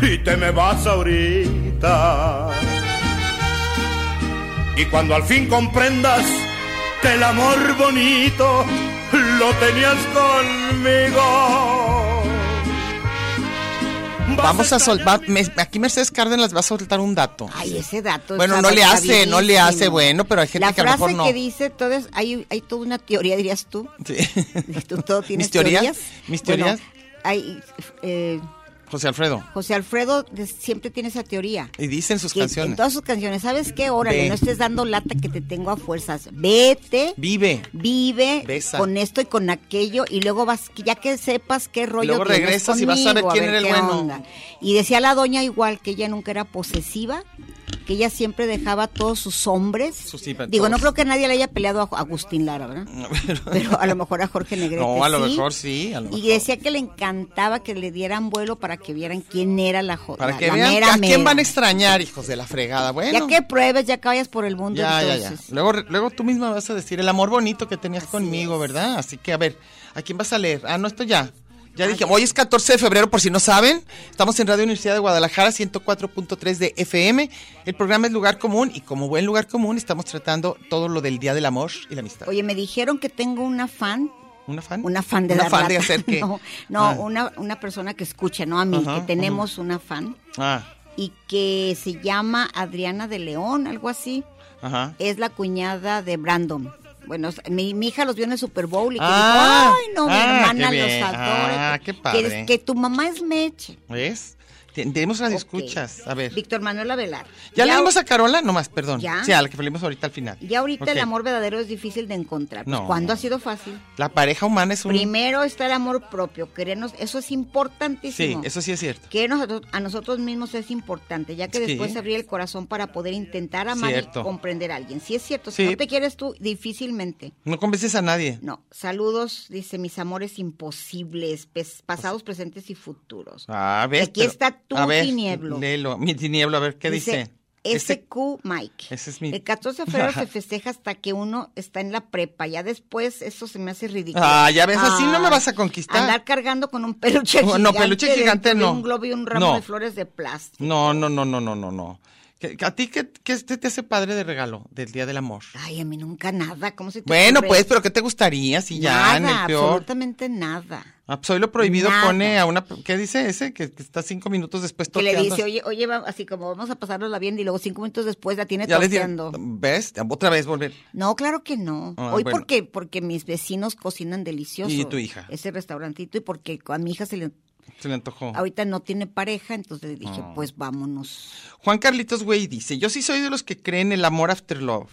y te me vas ahorita. Y cuando al fin comprendas que el amor bonito lo tenías conmigo. vas
Vamos a soltar,
extrañar mi
aquí Mercedes Cárdenas va a soltar un dato.
Ay, ese dato.
Bueno,
está
no le hace, no le hace,
variabilísimo.
bueno, pero hay gente
la
que a lo
frase
mejor no.
que dice, todo es- hay, hay toda una teoría, dirías tú.
Sí.
¿Tú todo tienes
¿Mis teorías?
teorías?
¿Mis
Bueno,
teorías?
hay, eh,
José Alfredo.
José Alfredo de- siempre tiene esa teoría.
Y dicen sus
Que En
canciones.
todas sus canciones, ¿sabes qué? Órale,
Ve.
no estés dando lata que te tengo a fuerzas. Vete,
Vive.
vive
Besa.
con esto y con aquello y luego vas, ya que sepas qué rollo
Luego
tienes
regresas y vas a ver
conmigo,
quién era el
qué
bueno.
Y decía la doña igual que ella nunca era posesiva, que ella siempre dejaba a todos sus hombres.
Sus- sí, para
Digo, no
todos.
creo que nadie le haya peleado a Agustín Lara, ¿verdad? Pero a lo mejor a Jorge Negrete.
No, a lo mejor sí, a lo
Y
mejor.
decía que le encantaba que le dieran vuelo para que vieran quién era la joven.
Para que vean a quién van a extrañar, hijos de la fregada. Bueno.
Ya que pruebes, ya que vayas por el mundo.
Ya, ya, ya.
entonces.
Luego, luego tú misma vas a decir el amor bonito que tenías conmigo, ¿verdad? Así que, a ver, ¿a quién vas a leer? Ah, no, esto ya. Ya dije, hoy es 14 de febrero, por si no saben. Estamos en Radio Universidad de Guadalajara, 104.3 de FM. El programa es Lugar Común y como buen lugar común estamos tratando todo lo del Día del Amor y la Amistad.
Oye, me dijeron que tengo una fan.
¿Una fan?
Una fan de
¿Una
la
fan de
rata.
hacer qué?
No, no
Ah.
una, una persona que escucha, no a mí,
Ajá,
que tenemos una fan.
Ah,
y que se llama Adriana de León, algo así.
Ajá.
Es la cuñada de Brandon. Bueno, es- mi, mi hija los vio en el Super Bowl y que
Ah,
dijo, ay, no, mi
ah,
hermana
qué
los
bien.
adora.
Ah,
que-
qué
que-
padre.
Que, tu mamá es Meche.
¿Ves? Te- Tenemos radioescuchas.
Ok.
A ver.
Víctor Manuel Avelar.
¿Ya, le dimos a Carola? No más, perdón.
¿Ya?
Sí, a la que leímos ahorita al final.
Ya ahorita el
Ok.
amor verdadero es difícil de encontrar. Pues,
No.
¿Cuándo ha sido fácil?
La pareja humana es un...
Primero está el amor propio, querernos, eso es
Sí,
importantísimo.
eso sí es cierto.
Querernos a, to- a nosotros mismos es importante, ya que
Sí.
después abrir el corazón para poder intentar amar
Cierto.
y comprender a alguien. Sí es cierto, si
Sí.
no te quieres tú, difícilmente.
No convences a nadie.
No, saludos, dice mis amores imposibles, pes- pasados, presentes y futuros.
A ver.
Aquí está tu
a ver,
tinieblo.
Léelo. Mi tinieblo, a ver, ¿qué dice? Este-" Ese-
SQ Mike.
Ese es mi-
El 14 de febrero se festeja hasta que uno está en la prepa. Ya después eso se me hace ridículo.
Ah, ya ves, así no me vas a conquistar.
Andar cargando con un peluche
No,
gigante.
no, peluche
dentro
gigante
de
no.
Un globo y un ramo
No.
de flores de plástico.
No, no, no, no, no, no, no. ¿Qué- ¿A ti qué, qué te te hace padre de regalo del Día del Amor?
Ay, a mí nunca nada. ¿Cómo se te
Bueno,
ocurre?
pues, pero ¿qué te gustaría si ya
nada,
en el peor?
absolutamente nada.
Ah, pues, hoy lo prohibido
Nada.
pone a una... ¿Qué dice ese? Que, que está cinco minutos después
Que le
toqueando.
dice, oye, oye, va- así como vamos a pasárnosla bien y luego cinco minutos después la tiene
Ya les diré-
toqueando.
¿Ves? Otra vez volver.
No, claro que no.
Ah,
Hoy
bueno.
porque porque mis vecinos cocinan delicioso.
¿Y tu hija?
Ese restaurantito y porque a mi hija se le
Se le antojó.
ahorita no tiene pareja, entonces le dije,
Oh.
pues vámonos.
Juan Carlitos Güey dice, yo sí soy de los que creen el amor after love.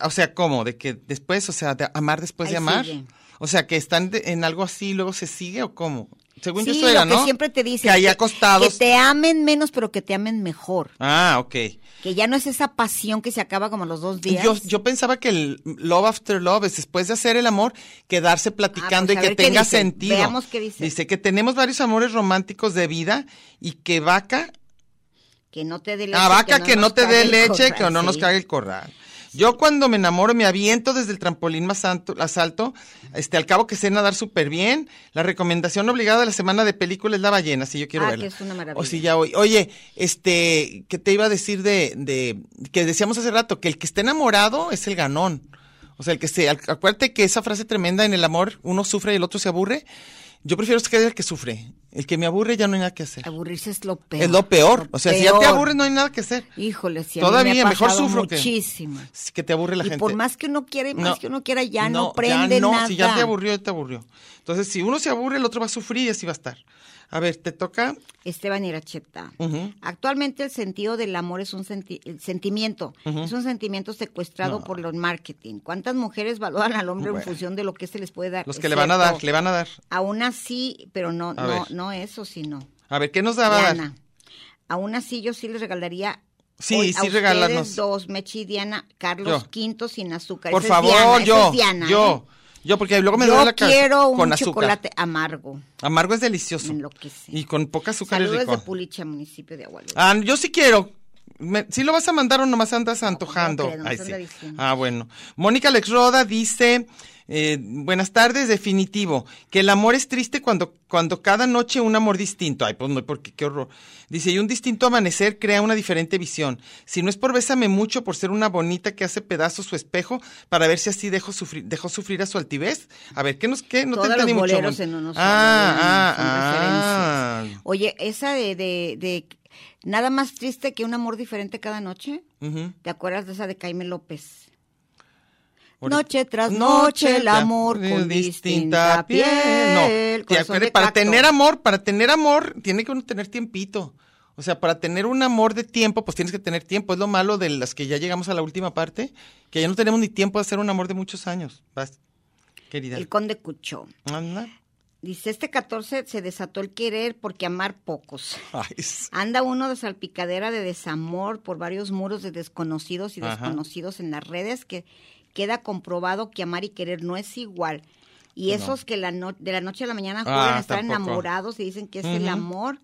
O sea, ¿cómo? ¿De que después, o sea, de amar después de
Ahí
amar?
sigue.
O sea, que están de- en algo así y luego se sigue o cómo? Según yo
sí,
eso era,
lo que
¿no?
siempre te dicen.
Que ahí acostados.
Que te amen menos, pero que te amen mejor.
Ah, ok.
Que ya no es esa pasión que se acaba como a los dos días.
Yo, yo pensaba que el love after love es después de hacer el amor, quedarse platicando
Ah, pues, a
y que
ver qué
tenga
dice.
sentido.
Veamos qué dice.
Dice que tenemos varios amores románticos de vida y que vaca
Que no te dé leche.
A Ah, vaca que no,
nos
te
cague
dé
el
leche,
corral,
que no nos
sí.
cague el corral. Yo cuando me enamoro me aviento desde el trampolín más alto, más alto, este, al cabo que sé nadar súper bien. La recomendación obligada de la semana de película es La Ballena, si yo quiero
Ah, que
verla.
es una maravilla.
O si ya hoy. Oye, este, ¿qué te iba a decir de, de, que decíamos hace rato? Que el que está enamorado es el ganón. O sea, el que se, ac- acuérdate que esa frase tremenda en el amor, uno sufre y el otro se aburre. Yo prefiero ser el que sufre. El que me aburre ya no hay nada que hacer.
Aburrirse es lo peor.
Es lo peor. O sea, si ya te
peor.
aburres no hay nada que hacer.
Híjole, si
Todavía mejor sufro que-
muchísimo.
Sí, que te aburre la
y
gente.
por más que uno quiera, y más
No,
que uno quiera, ya no,
ya
prende
no,
nada.
Si ya te aburrió, ya te aburrió. Entonces, si uno se aburre, el otro va a sufrir y así va a estar. A ver, te toca.
Esteban Iracheta.
Ujú.
Actualmente el sentido del amor es un senti- el sentimiento, es un sentimiento secuestrado por los marketing. ¿Cuántas mujeres valoran al hombre en
Bueno.
función de lo que se les puede dar?
Los que
Es
le van a
cierto.
dar, le van a dar.
Aún así, pero no,
A
no,
ver.
no eso, sino.
A ver, ¿qué nos va a dar?
Diana, aún así yo sí les regalaría.
Sí,
hoy
sí,
a ustedes
regalarnos.
Dos, Mechi y Diana, Carlos
Yo.
Quinto sin azúcar.
Por
Esa es Diana,
favor,
esa
yo.
es Diana,
yo.
¿eh?
Yo, porque luego me
Yo
duele la cabeza.
quiero un
con azúcar.
chocolate amargo.
Amargo es delicioso.
Me enloquece.
Y con poca azúcar es
Saludos
rico.
de Pulicha, municipio de Aguascalientes.
Ah, yo sí quiero. Me- ¿Sí lo vas a mandar o nomás andas antojando?
creo, nomás
Ay,
anda
sí.
diciendo.
Ah, bueno. Mónica Lex Roda dice, eh, buenas tardes, definitivo, que el amor es triste cuando, cuando cada noche un amor distinto. Ay, pues no, porque qué horror. Dice, y un distinto amanecer crea una diferente visión. Si no es por bésame mucho, por ser una bonita que hace pedazos su espejo para ver si así dejo sufrir, dejó sufrir a su altivez. A ver, ¿qué nos, qué? No
Todos
te entendí
los
mucho.
boleros
Mon.
en unos
ah,
son
ah,
referencias. Oye, esa de, de, de nada más triste que un amor diferente cada noche.
ah. Ujú.
¿Te acuerdas de esa de Jaime López?
Ahorita-
Noche tras noche el
tras-
amor
eh,
con distinta piel.
No, te
Corazón de
acuerdas, para
cacto.
tener amor, para tener amor, tiene que uno tener tiempito. O sea, para tener un amor de tiempo, pues tienes que tener tiempo. Es lo malo de las que ya llegamos a la última parte, que ya no tenemos ni tiempo de hacer un amor de muchos años. Vas, querida.
El conde Cuchó.
Anda.
Dice, este 14 se desató el querer porque amar pocos.
Ay, es-
Anda uno de salpicadera de desamor por varios muros de desconocidos y
Ajá.
desconocidos en las redes que queda comprobado que amar y querer no es igual. Y
No.
esos que la no- de la noche a la mañana
Ah,
juegan a estar
tampoco.
enamorados y dicen que es el
Ujú.
amor,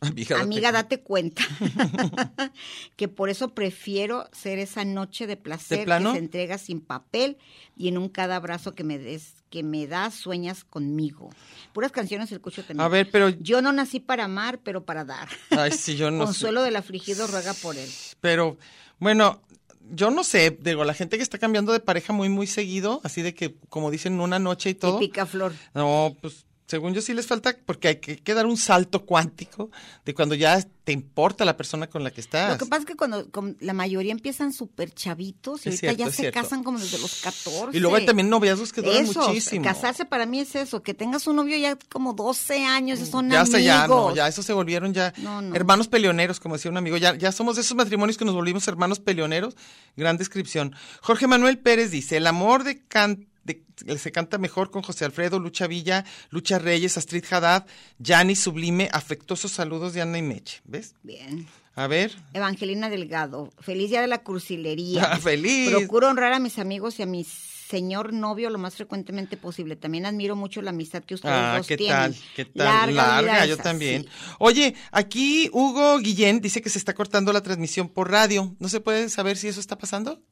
amiga, date
amiga,
cuenta.
date cuenta. que por eso prefiero ser esa noche de placer que
plano?
se entrega sin papel y en un cada abrazo que me des que me das sueñas conmigo. Puras canciones el cucho también.
A ver, pero...
Yo no nací para amar, pero para dar.
Ay, sí, yo no sé.
Consuelo del afligido ruega por él.
Pero, bueno, yo no sé, digo, la gente que está cambiando de pareja muy, muy seguido, así de que, como dicen, una noche y todo.
Y picaflor.
No, pues Según yo sí les falta, porque hay que, que dar un salto cuántico de cuando ya te importa la persona con la que estás.
Lo que pasa es que cuando con- la mayoría empiezan súper chavitos y
Es
ahorita
cierto,
ya
es
se
cierto.
casan como desde los 14.
y luego hay también noviazgos que duran
Eso,
muchísimo.
casarse para mí es eso, que tengas un novio ya como 12 años, ya son
Mm, Ya
amigos.
hasta ya, no, ya esos se volvieron ya
No, no.
hermanos peleoneros, como decía un amigo. Ya, ya somos de esos matrimonios que nos volvimos hermanos peleoneros. Gran descripción. Jorge Manuel Pérez dice: el amor de can- de- se canta mejor con José Alfredo, Lucha Villa, Lucha Reyes, Astrid Haddad, Yanni Sublime, afectuosos saludos de Ana y Meche. ¿Ves?
Bien.
A ver.
Evangelina Delgado, feliz día de la cursilería.
Ah, feliz.
Procuro honrar a mis amigos y a mi señor novio lo más frecuentemente posible. También admiro mucho la amistad que ustedes
Ah,
dos
¿qué
tienen.
tal? ¿Qué tal?
Larga, vida
yo
esa,
también.
sí.
Oye, aquí Hugo Guillén dice que se está cortando la transmisión por radio. ¿No se puede saber si eso está pasando?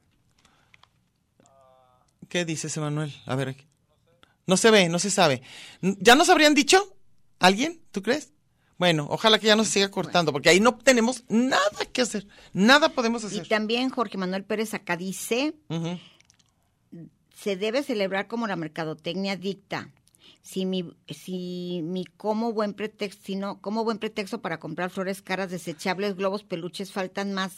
¿Qué dices, Emanuel? A ver. aquí. No se ve, no se sabe. N- ¿Ya nos habrían dicho? ¿Alguien? ¿Tú crees? Bueno, ojalá que ya no se siga cortando, porque ahí no tenemos nada que hacer. Nada podemos
Y
hacer.
también Jorge Manuel Pérez acá dice,
Ujú.
se debe celebrar como la mercadotecnia dicta. Si mi, si mi como buen pretexto, si no, como buen pretexto para comprar flores caras, desechables, globos, peluches, faltan más.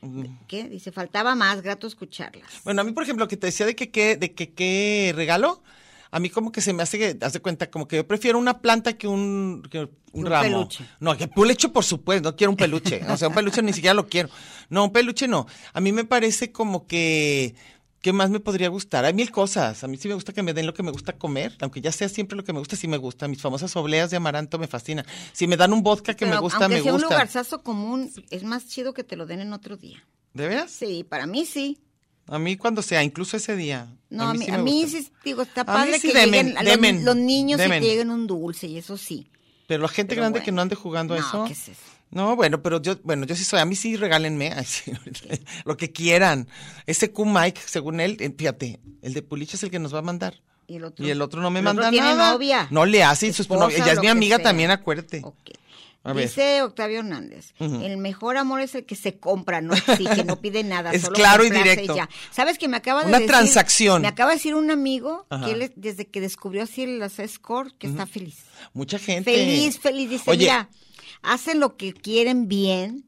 Mm.
¿Qué? Dice, faltaba más, grato escucharlas.
Bueno, a mí, por ejemplo, que te decía de que qué de que, qué regalo, a mí como que se me hace que, haz de cuenta, como que yo prefiero una planta que un, que un
Un
ramo.
peluche.
No, que peluche, por supuesto, no quiero un peluche. O sea, un peluche ni siquiera lo quiero. No, un peluche no. A mí me parece como que. ¿Qué más me podría gustar? Hay mil cosas. A mí sí me gusta que me den lo que me gusta comer, aunque ya sea siempre lo que me gusta, sí me gusta. Mis famosas obleas de amaranto me fascinan. Si me dan un vodka que me
Pero
gusta,
aunque
me
sea un
gusta.
lugarzazo común, es más chido que te lo den en otro día.
¿De veras?
Sí, para mí sí.
A mí cuando sea, incluso ese día.
No, a mí,
sí
a
me
mí
gusta.
sí, digo, está
A mí
padre
sí
que
demen,
lleguen a los-
demen,
los, niños
demen.
y te lleguen un dulce, y eso sí.
Pero la gente
Pero
grande que
bueno.
no ande jugando a
No,
eso.
¿qué es eso?
No, bueno, pero yo, bueno, yo sí soy, a mí sí regálenme, ay, sí, lo que quieran. Ese Q Mike, según él, eh, fíjate, el de Pulicho es el que nos va a mandar.
Y el otro,
Y el otro no me
el
manda
tiene
nada.
novia.
No le hace, y sus-
Esposa,
no, ella es
lo
mi
que
amiga
sea.
también, acuérdate.
Ok.
A ver.
Dice Octavio Hernández,
Ujú.
el mejor amor es el que se compra, no exige, no pide nada.
Es
solo
claro y
complace
directo.
ya. Sabes que me acaba de
Una
decir-
transacción.
Me acaba de decir un amigo
Ajá.
que él es- desde que descubrió así las score que está feliz.
Mucha gente.
Feliz, feliz. Dice,
Oye,
mira, hacen lo que quieren bien,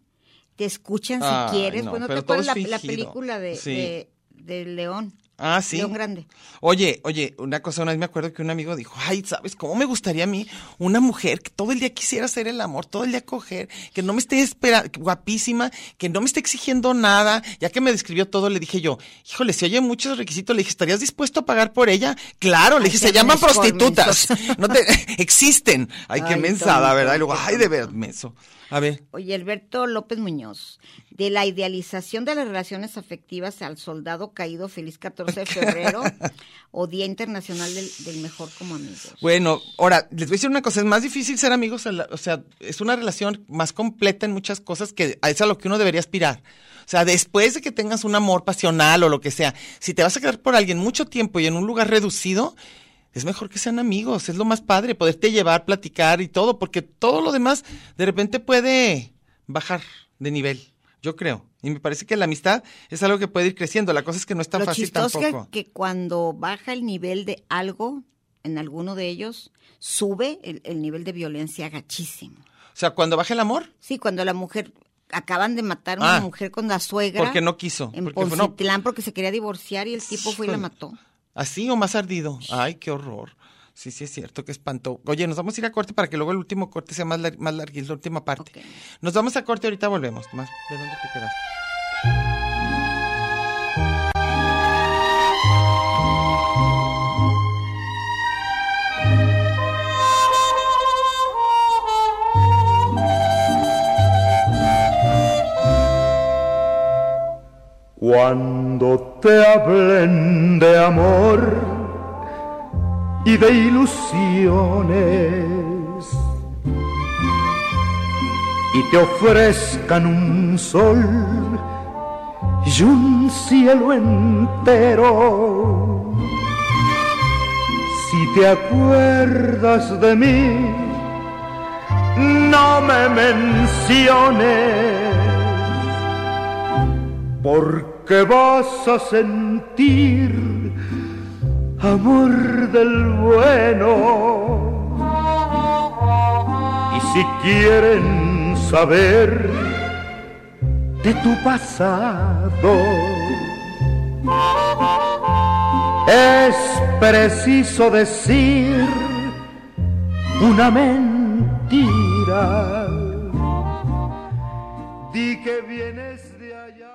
te escuchan si
Ay,
quieres.
no,
Pues no te
pero todo
acuerdas la,
es
la
fingido.
película de,
Sí.
de- de León.
Ah, sí.
León Grande.
Oye, oye, una cosa, una vez me acuerdo que un amigo dijo, ay, ¿sabes cómo me gustaría a mí una mujer que todo el día quisiera hacer el amor, todo el día coger, que no me esté esperando, guapísima, que no me esté exigiendo nada? Ya que me describió todo, le dije yo, híjole, si oye muchos requisitos, le dije, ¿estarías dispuesto a pagar por ella? Claro, le
Ay,
dije,
qué
se llaman
mensos,
prostitutas,
mensos.
no te, existen. Ay, qué
Ay,
mensada,
tonto,
¿verdad? Y luego,
qué
ay, de
tonto.
verdad, menso. A ver,
Oye, Alberto López Muñoz, de la idealización de las relaciones afectivas al soldado caído feliz 14 de febrero o Día Internacional del, del Mejor como Amigos.
Bueno, ahora, les voy a decir una cosa, es más difícil ser amigos, a la- o sea, es una relación más completa en muchas cosas que a eso a lo que uno debería aspirar. O sea, después de que tengas un amor pasional o lo que sea, si te vas a quedar por alguien mucho tiempo y en un lugar reducido, es mejor que sean amigos, es lo más padre, poderte llevar, platicar y todo, porque todo lo demás de repente puede bajar de nivel, yo creo. Y me parece que la amistad es algo que puede ir creciendo, la cosa es que no es tan
Lo
fácil
chistoso es
tampoco.
que, que cuando baja el nivel de algo, en alguno de ellos, sube el, el nivel de violencia gachísimo.
O sea, cuando baja el amor,
Sí, cuando la mujer, acaban de matar a una
Ah,
mujer con la suegra.
porque no quiso,
En
porque fue- no.
Poncitlán porque se quería divorciar y el tipo fue y la
Híjole.
mató.
¿Así o más ardido? Ay, qué horror. Sí, sí, es cierto, qué espanto. Oye, nos vamos a ir a corte para que luego el último corte sea más, lar- más larguito, la última parte.
Ok.
Nos vamos a corte, ahorita volvemos. Más, ¿De dónde te quedaste?
Cuando te hablen de amor y de ilusiones y te ofrezcan un sol y un cielo entero, si te acuerdas de mí, no me menciones porque vas a sentir amor del bueno.
si quieren saber de tu pasado. Es preciso decir una mentira. Di que vienes de allá.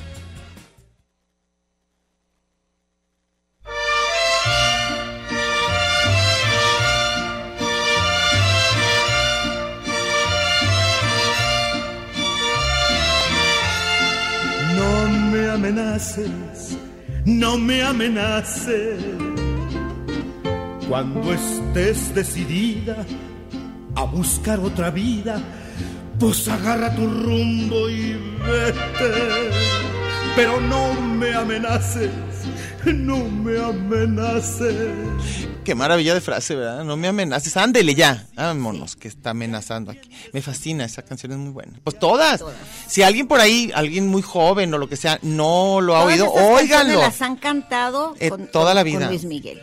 No me amenaces, no me amenaces. Cuando estés decidida a buscar otra vida, pues agarra tu rumbo y vete. Pero no me amenaces, no me amenaces.
Qué maravilla de frase, ¿verdad? No me amenaces. Ándele ya. Vámonos, que está amenazando aquí. Me fascina, esa canción es muy buena. Pues todas. Si alguien por ahí, alguien muy joven o lo que sea, no lo ha
Todas
oído,
esas canciones
óiganlo.
Las han cantado
Eh, toda la vida.
con Luis Miguel.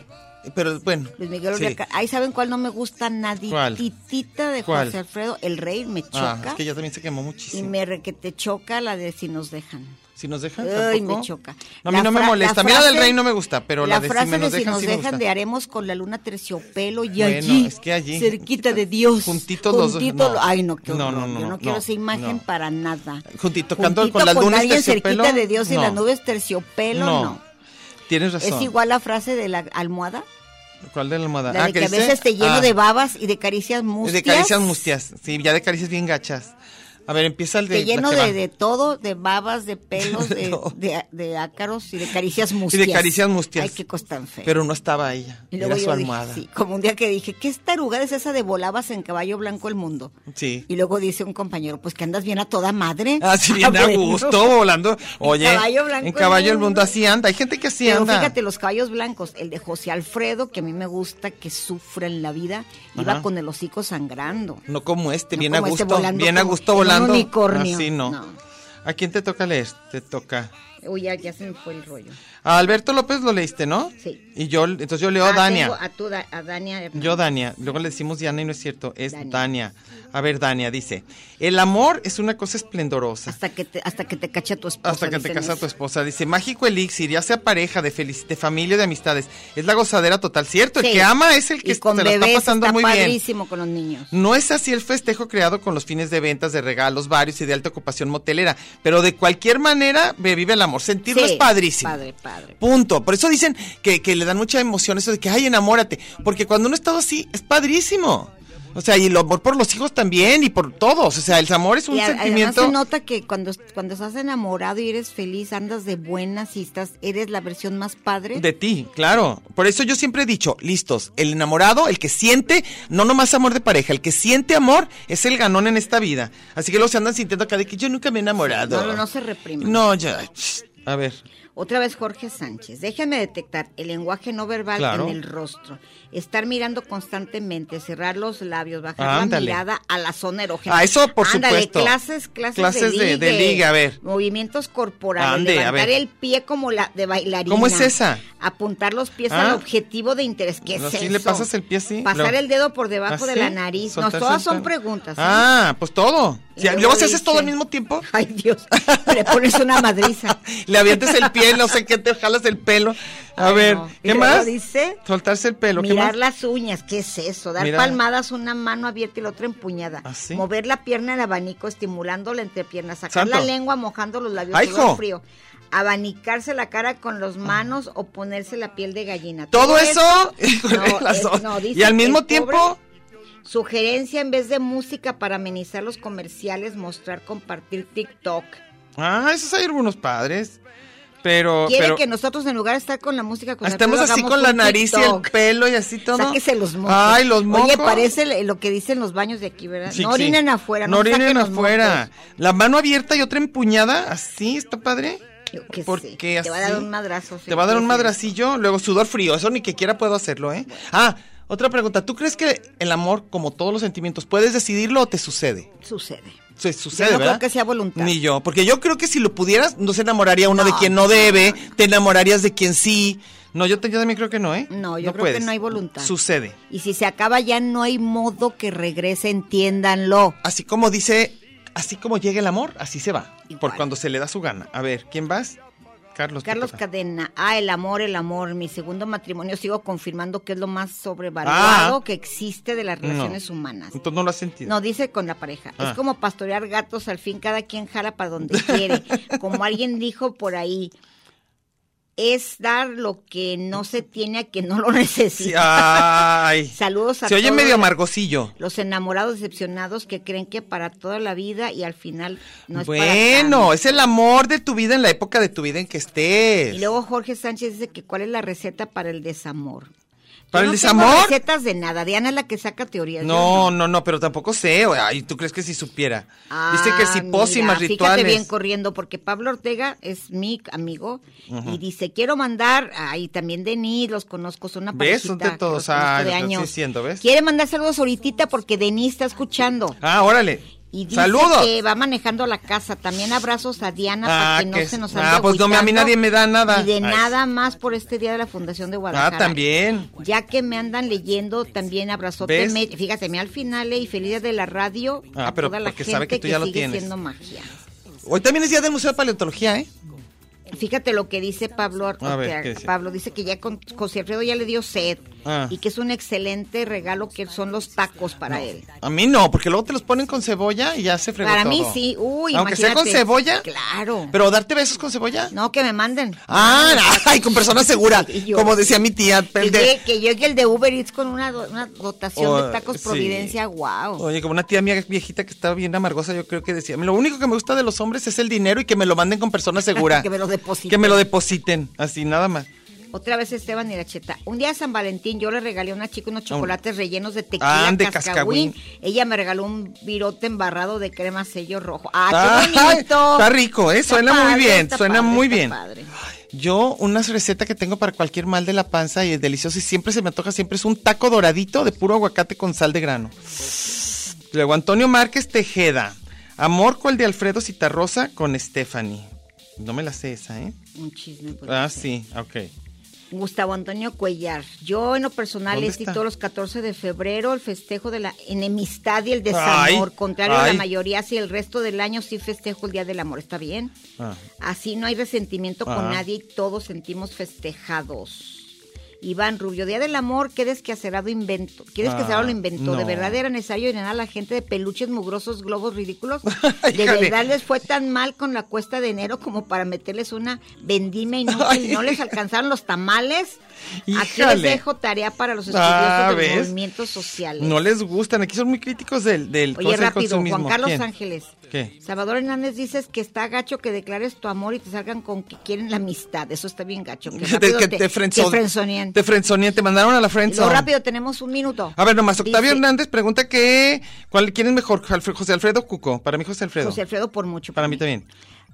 Pero bueno.
Luis Miguel,
sí.
Urraca- ahí saben cuál no me gusta nadie.
¿Cuál?
Titita de
¿Cuál?
José Alfredo, El Rey me
Ah,
choca.
es que ya también se quemó
Y
muchísimo.
me re que te choca la de si nos dejan.
Si nos dejan,
Ay,
tampoco.
me choca.
No, a mí
La
no me
fra- la
molesta. A mí la del
frase-
rey no me gusta, pero la, de
frase
si me nos
de si
dejan
nos
sí me
dejan
gusta.
de haremos con la luna terciopelo y
Bueno,
allí,
es que allí-
cerquita de Dios.
Juntitos los-
juntito-
no.
Ay, no, qué
No,
horror.
no, no,
Yo no,
no,
quiero
no,
esa imagen
no.
para nada.
Juntito, cantando con
Juntito
las lunas
alguien
terciopelo.
cerquita de Dios y
no.
las nubes terciopelo, no.
No. Tienes razón.
Es igual la frase de la almohada,
¿Cuál de la almohada?
la de que a
Ah, dice?
veces te lleno
Ah,
de babas y de caricias mustias.
De caricias mustias. Sí, ya de caricias bien gachas. A ver, empieza el de.
Te
la
lleno
que va.
de, de todo, de babas, de pelos, de,
No.
de, de ácaros y de caricias mustias.
caricias mustias.
Ay, qué cosa tan fea.
Pero no estaba ella.
Y luego
Era
yo
su
dije,
almohada.
sí, como un día que dije, ¿qué tarugada es esa de volabas en caballo blanco el mundo?
Sí.
Y luego dice un compañero, pues que andas bien a toda madre. Ah,
Así bien a
bueno.
gusto, volando. Oye,
caballo blanco
en caballo
el
el
mundo.
mundo así anda. Hay gente que así
Pero
anda.
fíjate, los caballos blancos, el de José Alfredo, que a mí me gusta, que sufre en la vida, iba
Ajá.
con el hocico sangrando.
No como este,
No
bien
como
a
este
gusto.
volando
bien a
como
gusto
en un
volando.
unicornio.
Así no.
No.
¿A quién te toca leer? Te toca.
Uy, ya, ya se me fue el rollo.
A Alberto López lo leíste, ¿no?
Sí.
Y yo, entonces yo leo
Ah,
a Dania.
tengo A, tu Da- a Dania. eh, Hernández.
Yo, Dania, luego le decimos Diana y no es cierto, es
Dania.
Dania. A ver, Dania dice, el amor es una cosa esplendorosa.
Hasta que te, hasta que te cacha tu esposa.
Hasta que te
dicen
casa
eso.
tu esposa. Dice, mágico elixir, ya sea pareja, de, felici- de familia, de amistades. Es la gozadera total, ¿cierto?
Sí.
El que ama es el que
Y con
se la está
bebés
pasando
está
muy bien.
padrísimo con los niños.
No es así el festejo creado con los fines de ventas, de regalos varios y de alta ocupación motelera. Pero de cualquier manera, ve- vive el amor. Sentirlo
Sí,
es padrísimo.
Padre, padre.
Punto. Por eso dicen que, que le dan mucha emoción eso de que, ay, enamórate. Porque cuando uno ha estado así, es padrísimo. O sea, y el amor por los hijos también y por todos. O sea, el amor es un
Y a-
sentimiento.
además se nota que cuando, cuando estás enamorado y eres feliz, andas de buenas y estás, eres la versión más padre.
De ti, claro. Por eso yo siempre he dicho, listos, el enamorado, el que siente, no nomás amor de pareja, el que siente amor es el ganón en esta vida. Así que luego se andan sintiendo acá de que yo nunca me he enamorado.
No, no, no se repriman.
No, ya. A ver,
Otra vez Jorge Sánchez. Déjenme detectar el lenguaje no verbal
Claro.
en el rostro. Estar mirando constantemente, cerrar los labios, bajar
Ándale.
la mirada a la zona erógena.
Ah, eso por
Ándale,
supuesto.
clases, clases,
Clases
de,
de-
ligue,
de ligue, a ver.
Movimientos corporales,
Ande, a
levantar
ver.
el pie como la de bailarina.
¿Cómo es esa?
Apuntar los pies
Ah.
al objetivo de interés. ¿Qué es
Así
eso?
le pasas el pie así,
Pasar
luego-
el dedo por debajo de
¿Así?
la nariz. No,
¿Ah, Soltar,
todas son
soltar.
preguntas. ¿eh?
Ah, pues todo. Si luego si haces todo al mismo tiempo,
Ay, Dios. Le pones una madriza.
le avientes el pie, no sé qué, te jalas el pelo. A
Ay,
ver,
no. Y
¿qué
luego
más?
dice,
Soltarse el pelo, ¿qué
Mirar
más?
las uñas, ¿qué es eso? Dar
Mira.
palmadas, una mano abierta y la otra empuñada.
¿Ah, sí?
Mover la pierna en abanico, estimulando la entrepierna. Sacar
Santo.
la lengua mojando los labios
¡Ay,
sudor
hijo!
frío. Abanicarse la cara con las manos o ponerse la piel de gallina.
Todo eso, híjole,
no,
las
es-
dos.
no, dice
y al
que
mismo
el
tiempo,
pobre- Sugerencia en vez de música para amenizar los comerciales, mostrar, compartir TikTok.
ah, esos hay algunos padres, pero,
Quiere
Oh, pero
que nosotros en lugar de estar con la música con el
estamos
pelo,
así
hagamos
con la
un
nariz y el
TikTok.
pelo y así todo.
Sáquese los mocos.
Ay, los mocos.
Oye, parece le- lo que dicen los baños de aquí, ¿verdad?
Sí,
no
sí.
orinen afuera.
No orinen
saquen los
afuera.
mocos.
La mano abierta y otra empuñada, así, está padre.
Yo qué sé,
Porque así.
Te va a dar un madrazo. sí,
Te va a dar
sí,
un
sí.
madracillo, luego sudor frío. Eso ni que quiera puedo hacerlo, ¿eh? Ah, otra pregunta. ¿Tú crees que el amor, como todos los sentimientos, puedes decidirlo o te sucede?
Sucede.
Se sucede,
no creo
¿verdad?
que sea voluntad.
Ni yo, porque yo creo que si lo pudieras, no se enamoraría uno de
No,
quien no debe, te enamorarías de quien sí. No, yo, te- yo también creo que no, ¿eh?
No, yo creo que
puedes.
no hay voluntad.
Sucede.
Y si se acaba ya, no hay modo que regrese, entiéndanlo.
Así como dice, así como llega el amor, así se va. Por
Igual.
cuando se le da su gana. A ver, ¿quién vas? Carlos. te
Carlos
toca.
Cadena, ah, el amor, el amor, mi segundo matrimonio, sigo confirmando que es lo más sobrevalorado
Ah.
que existe de las relaciones
No.
humanas.
Entonces no lo has sentido.
No, dice con la pareja.
Ah.
Es como pastorear gatos, al fin cada quien jala para donde quiere. Como alguien dijo por ahí, es dar lo que no se tiene a quien no lo
Sí,
necesita.
ay.
Saludos a
Se oye
todos
medio amargosillo.
los enamorados decepcionados que creen que para toda la vida y al final no es para
bueno,
tanto.
es el amor de tu vida en la época de tu vida en que estés.
Y luego Jorge Sánchez dice que cuál es la receta para el desamor. Yo
¿Para el
no tengo
desamor?
recetas de nada. Diana es la que saca teorías.
no,
yo
no, no, pero tampoco sé. o- Ay, ¿tú crees que si supiera?
Ah,
Dice que si pócimas,
mira, Fíjate
rituales.
bien corriendo, porque Pablo Ortega es mi amigo y dice: Quiero mandar, ahí también Denis, los conozco, son una
¿Ves?
parejita
Son de
que
todos,
los conozco
ah,
de
lo que estoy
años.
diciendo, ¿ves?
Quiere mandar saludos ahorita porque Denis está escuchando.
Ah, órale.
Y dice
Saludos.
que va manejando la casa. También abrazos a Diana
Ah,
para que no
que-
se nos
ah,
ande
pues no, a mí
agüitando.
nadie me da nada.
Y de
Ay.
nada más por este día de la Fundación de
Ah,
Guadalajara.
también.
Ya que me andan leyendo, también abrazote.
¿Ves?
me- fíjate, me al final eh, y feliz día de la radio
Ah,
a
pero
toda la
porque
gente
sabe que tú ya lo
sigue
tienes.
haciendo magia.
Hoy también es día del Museo de Paleontología, ¿eh?
Fíjate lo que dice Pablo Ar-
A ver,
Ortega.
¿qué dice?
Pablo dice que ya con José Alfredo ya le dio sed
Ah.
y que es un excelente regalo que son los tacos para él.
A mí no, porque luego te los ponen con cebolla y ya se fregó
Para
todo.
mí sí, uy,
Aunque sea con
imagínate.
cebolla.
Claro.
Pero darte besos con cebolla.
No, que me manden.
Ah, ay, con persona segura.
Y yo-
Como decía mi tía.
Que,
de-
llegue, que llegue el de Uber Eats con una, do- una dotación
Oh,
de tacos
sí.
Providencia, wow.
Oye, como una tía mía viejita que estaba bien amargosa, yo creo que decía, lo único que me gusta de los hombres es el dinero y que me lo manden con persona segura.
Que me lo depositen.
Que me lo depositen, así nada más.
Otra vez Esteban Iracheta. Un día de San Valentín yo le regalé a una chica unos chocolates rellenos de tequila
Ah, de
cascahuín.
cascahuín.
Ella me regaló un virote embarrado de crema sello rojo.
Ah,
¡Ah, qué bonito!
está rico, eh,
Está
suena muy
padre,
bien,
está
suena
padre,
muy
está
bien.
padre.
Yo, una receta que tengo para cualquier mal de la panza y es delicioso y siempre se me antoja, siempre es un taco doradito de puro aguacate con sal de grano. Luego, Antonio Márquez Tejeda. Amor cual de Alfredo Citarrosa con Stephanie. No me la sé esa, ¿eh?
Un chisme. pues,
Ah,
no sé.
sí, ok.
Gustavo Antonio Cuellar. Yo en lo personal
¿Dónde
les di
está?
todos los 14 de febrero el festejo de la enemistad y el desamor.
Ay,
Contrario a
ay.
la mayoría, si el resto del año sí festejo el Día del Amor, ¿está bien?
Ah.
Así no hay resentimiento
Ajá.
con nadie y todos sentimos festejados. Iván Rubio, Día del Amor, qué desquacerado invento. ¿Qué desquacerado
Ah,
lo inventó? ¿De
no.
verdad era necesario llenar a la gente de peluches mugrosos, globos ridículos? ¿De
Híjole.
verdad les fue tan mal con la cuesta de enero como para meterles una vendimia inútil?
Ay.
¿No les alcanzaron los tamales? Aquí les
Híjale.
dejo tarea para los estudiosos
Ah,
de los
¿ves?
movimientos sociales.
No les gustan, aquí son muy críticos del, del
Oye,
cosa del
rápido, Juan
consumismo.
Carlos
¿Quién?
Ángeles.
¿Qué?
Salvador Hernández dices que está gacho que declares tu amor y te salgan con que quieren la amistad. Eso está bien gacho. Que
Te,
rápido
que
te,
te friendzone-
te friendzonean.
Te friendzonean, te mandaron a la
Y luego
friendzone.
rápido, tenemos un minuto.
A ver, nomás, Octavio
Dice,
Hernández pregunta que, ¿cuál, ¿quién es mejor, Alfre- José Alfredo o Cuco? Para mí José Alfredo.
José Alfredo por mucho.
Para mí también.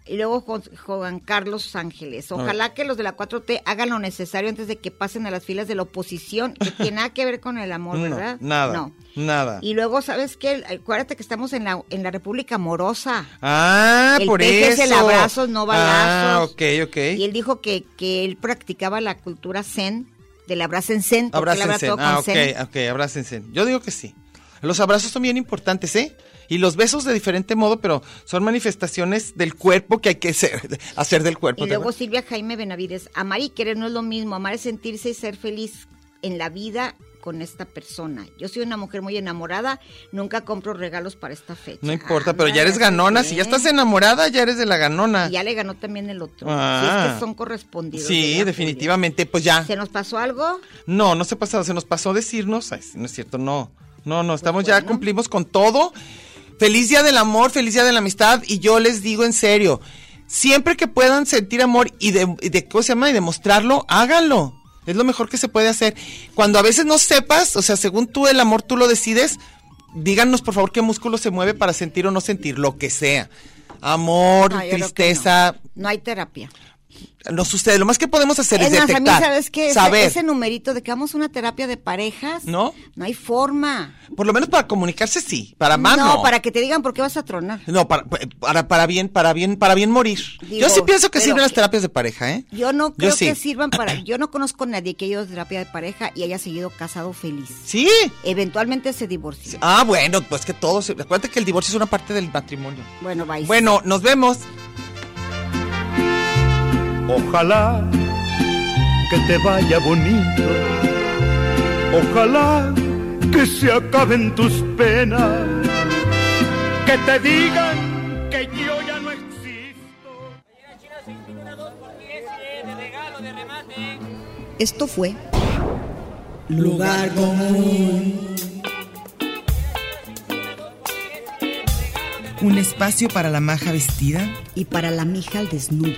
Y luego Juan- Juan Carlos Ángeles. Ojalá que los de la 4T hagan lo necesario antes de que pasen a las filas de la oposición, que tiene nada que ver con el amor,
No,
¿verdad?
nada,
No.
nada.
Y luego, ¿sabes qué? Acuérdate que estamos en la, en la República Amorosa.
Ah,
El
por
peje
eso.
es el abrazo, no balazos.
Ah, ok, ok.
Y él dijo que, que él practicaba la cultura zen, del abrazo en zen, porque él
Abrácense.
abrazó con
Ah, ok,
zen.
ok, abrácense. Yo digo que sí. Los abrazos son bien importantes, ¿eh? Y los besos de diferente modo, pero son manifestaciones del cuerpo que hay que hacer, hacer del cuerpo.
Y luego Silvia Jaime Benavides, amar y querer no es lo mismo, amar es sentirse y ser feliz en la vida con esta persona. Yo soy una mujer muy enamorada, nunca compro regalos para esta fecha.
No importa, pero ya eres ganona. Si ya estás enamorada, ya eres de la ganona.
Y ya le ganó también el otro.
Ah.
Si es que son correspondidos.
Sí,
¿verdad,
definitivamente, pues
Julia?
ya.
¿Se nos pasó algo?
No, no se pasó, se nos pasó decirnos. Ay, sí, no es cierto, no. No,
Pues
no, estamos ya, cumplimos con todo. Feliz día del amor, feliz día de la amistad. Y yo les digo en serio, siempre que puedan sentir amor y de, y de- ¿cómo se llama? Y demostrarlo, háganlo. Es lo mejor que se puede hacer. Cuando a veces no sepas, o sea, según tú el amor tú lo decides, díganos por favor qué músculo se mueve para sentir o no sentir, lo que sea. Amor,
No, yo creo que
tristeza,
No hay terapia.
no. sucede. Lo más que podemos hacer es,
Es más, a mí,
detectar,
¿sabes qué? Ese-
saber,
Ese, numerito de que vamos a una terapia de parejas,
¿no?
no hay forma.
Por lo menos para comunicarse sí, para más
no,
no.
para que te digan por qué vas a tronar.
No, para, para, para bien, para bien, para bien morir.
Digo,
yo sí pienso que
pero
sirven las
que-
terapias de pareja, ¿eh?
Yo no creo
sí.
que sirvan para. Yo no conozco a nadie que haya ido a terapia de pareja y haya seguido casado feliz.
Sí.
Eventualmente se divorció.
Ah, bueno, pues que todos. Acuérdate que el divorcio es una parte del matrimonio.
Bueno, bye.
Bueno, nos vemos.
Ojalá que te vaya bonito. Ojalá que se acaben tus penas. Que te digan que yo ya no existo.
Esto fue
Lugar común.
Un espacio para la maja vestida.
Y para la mija al desnudo.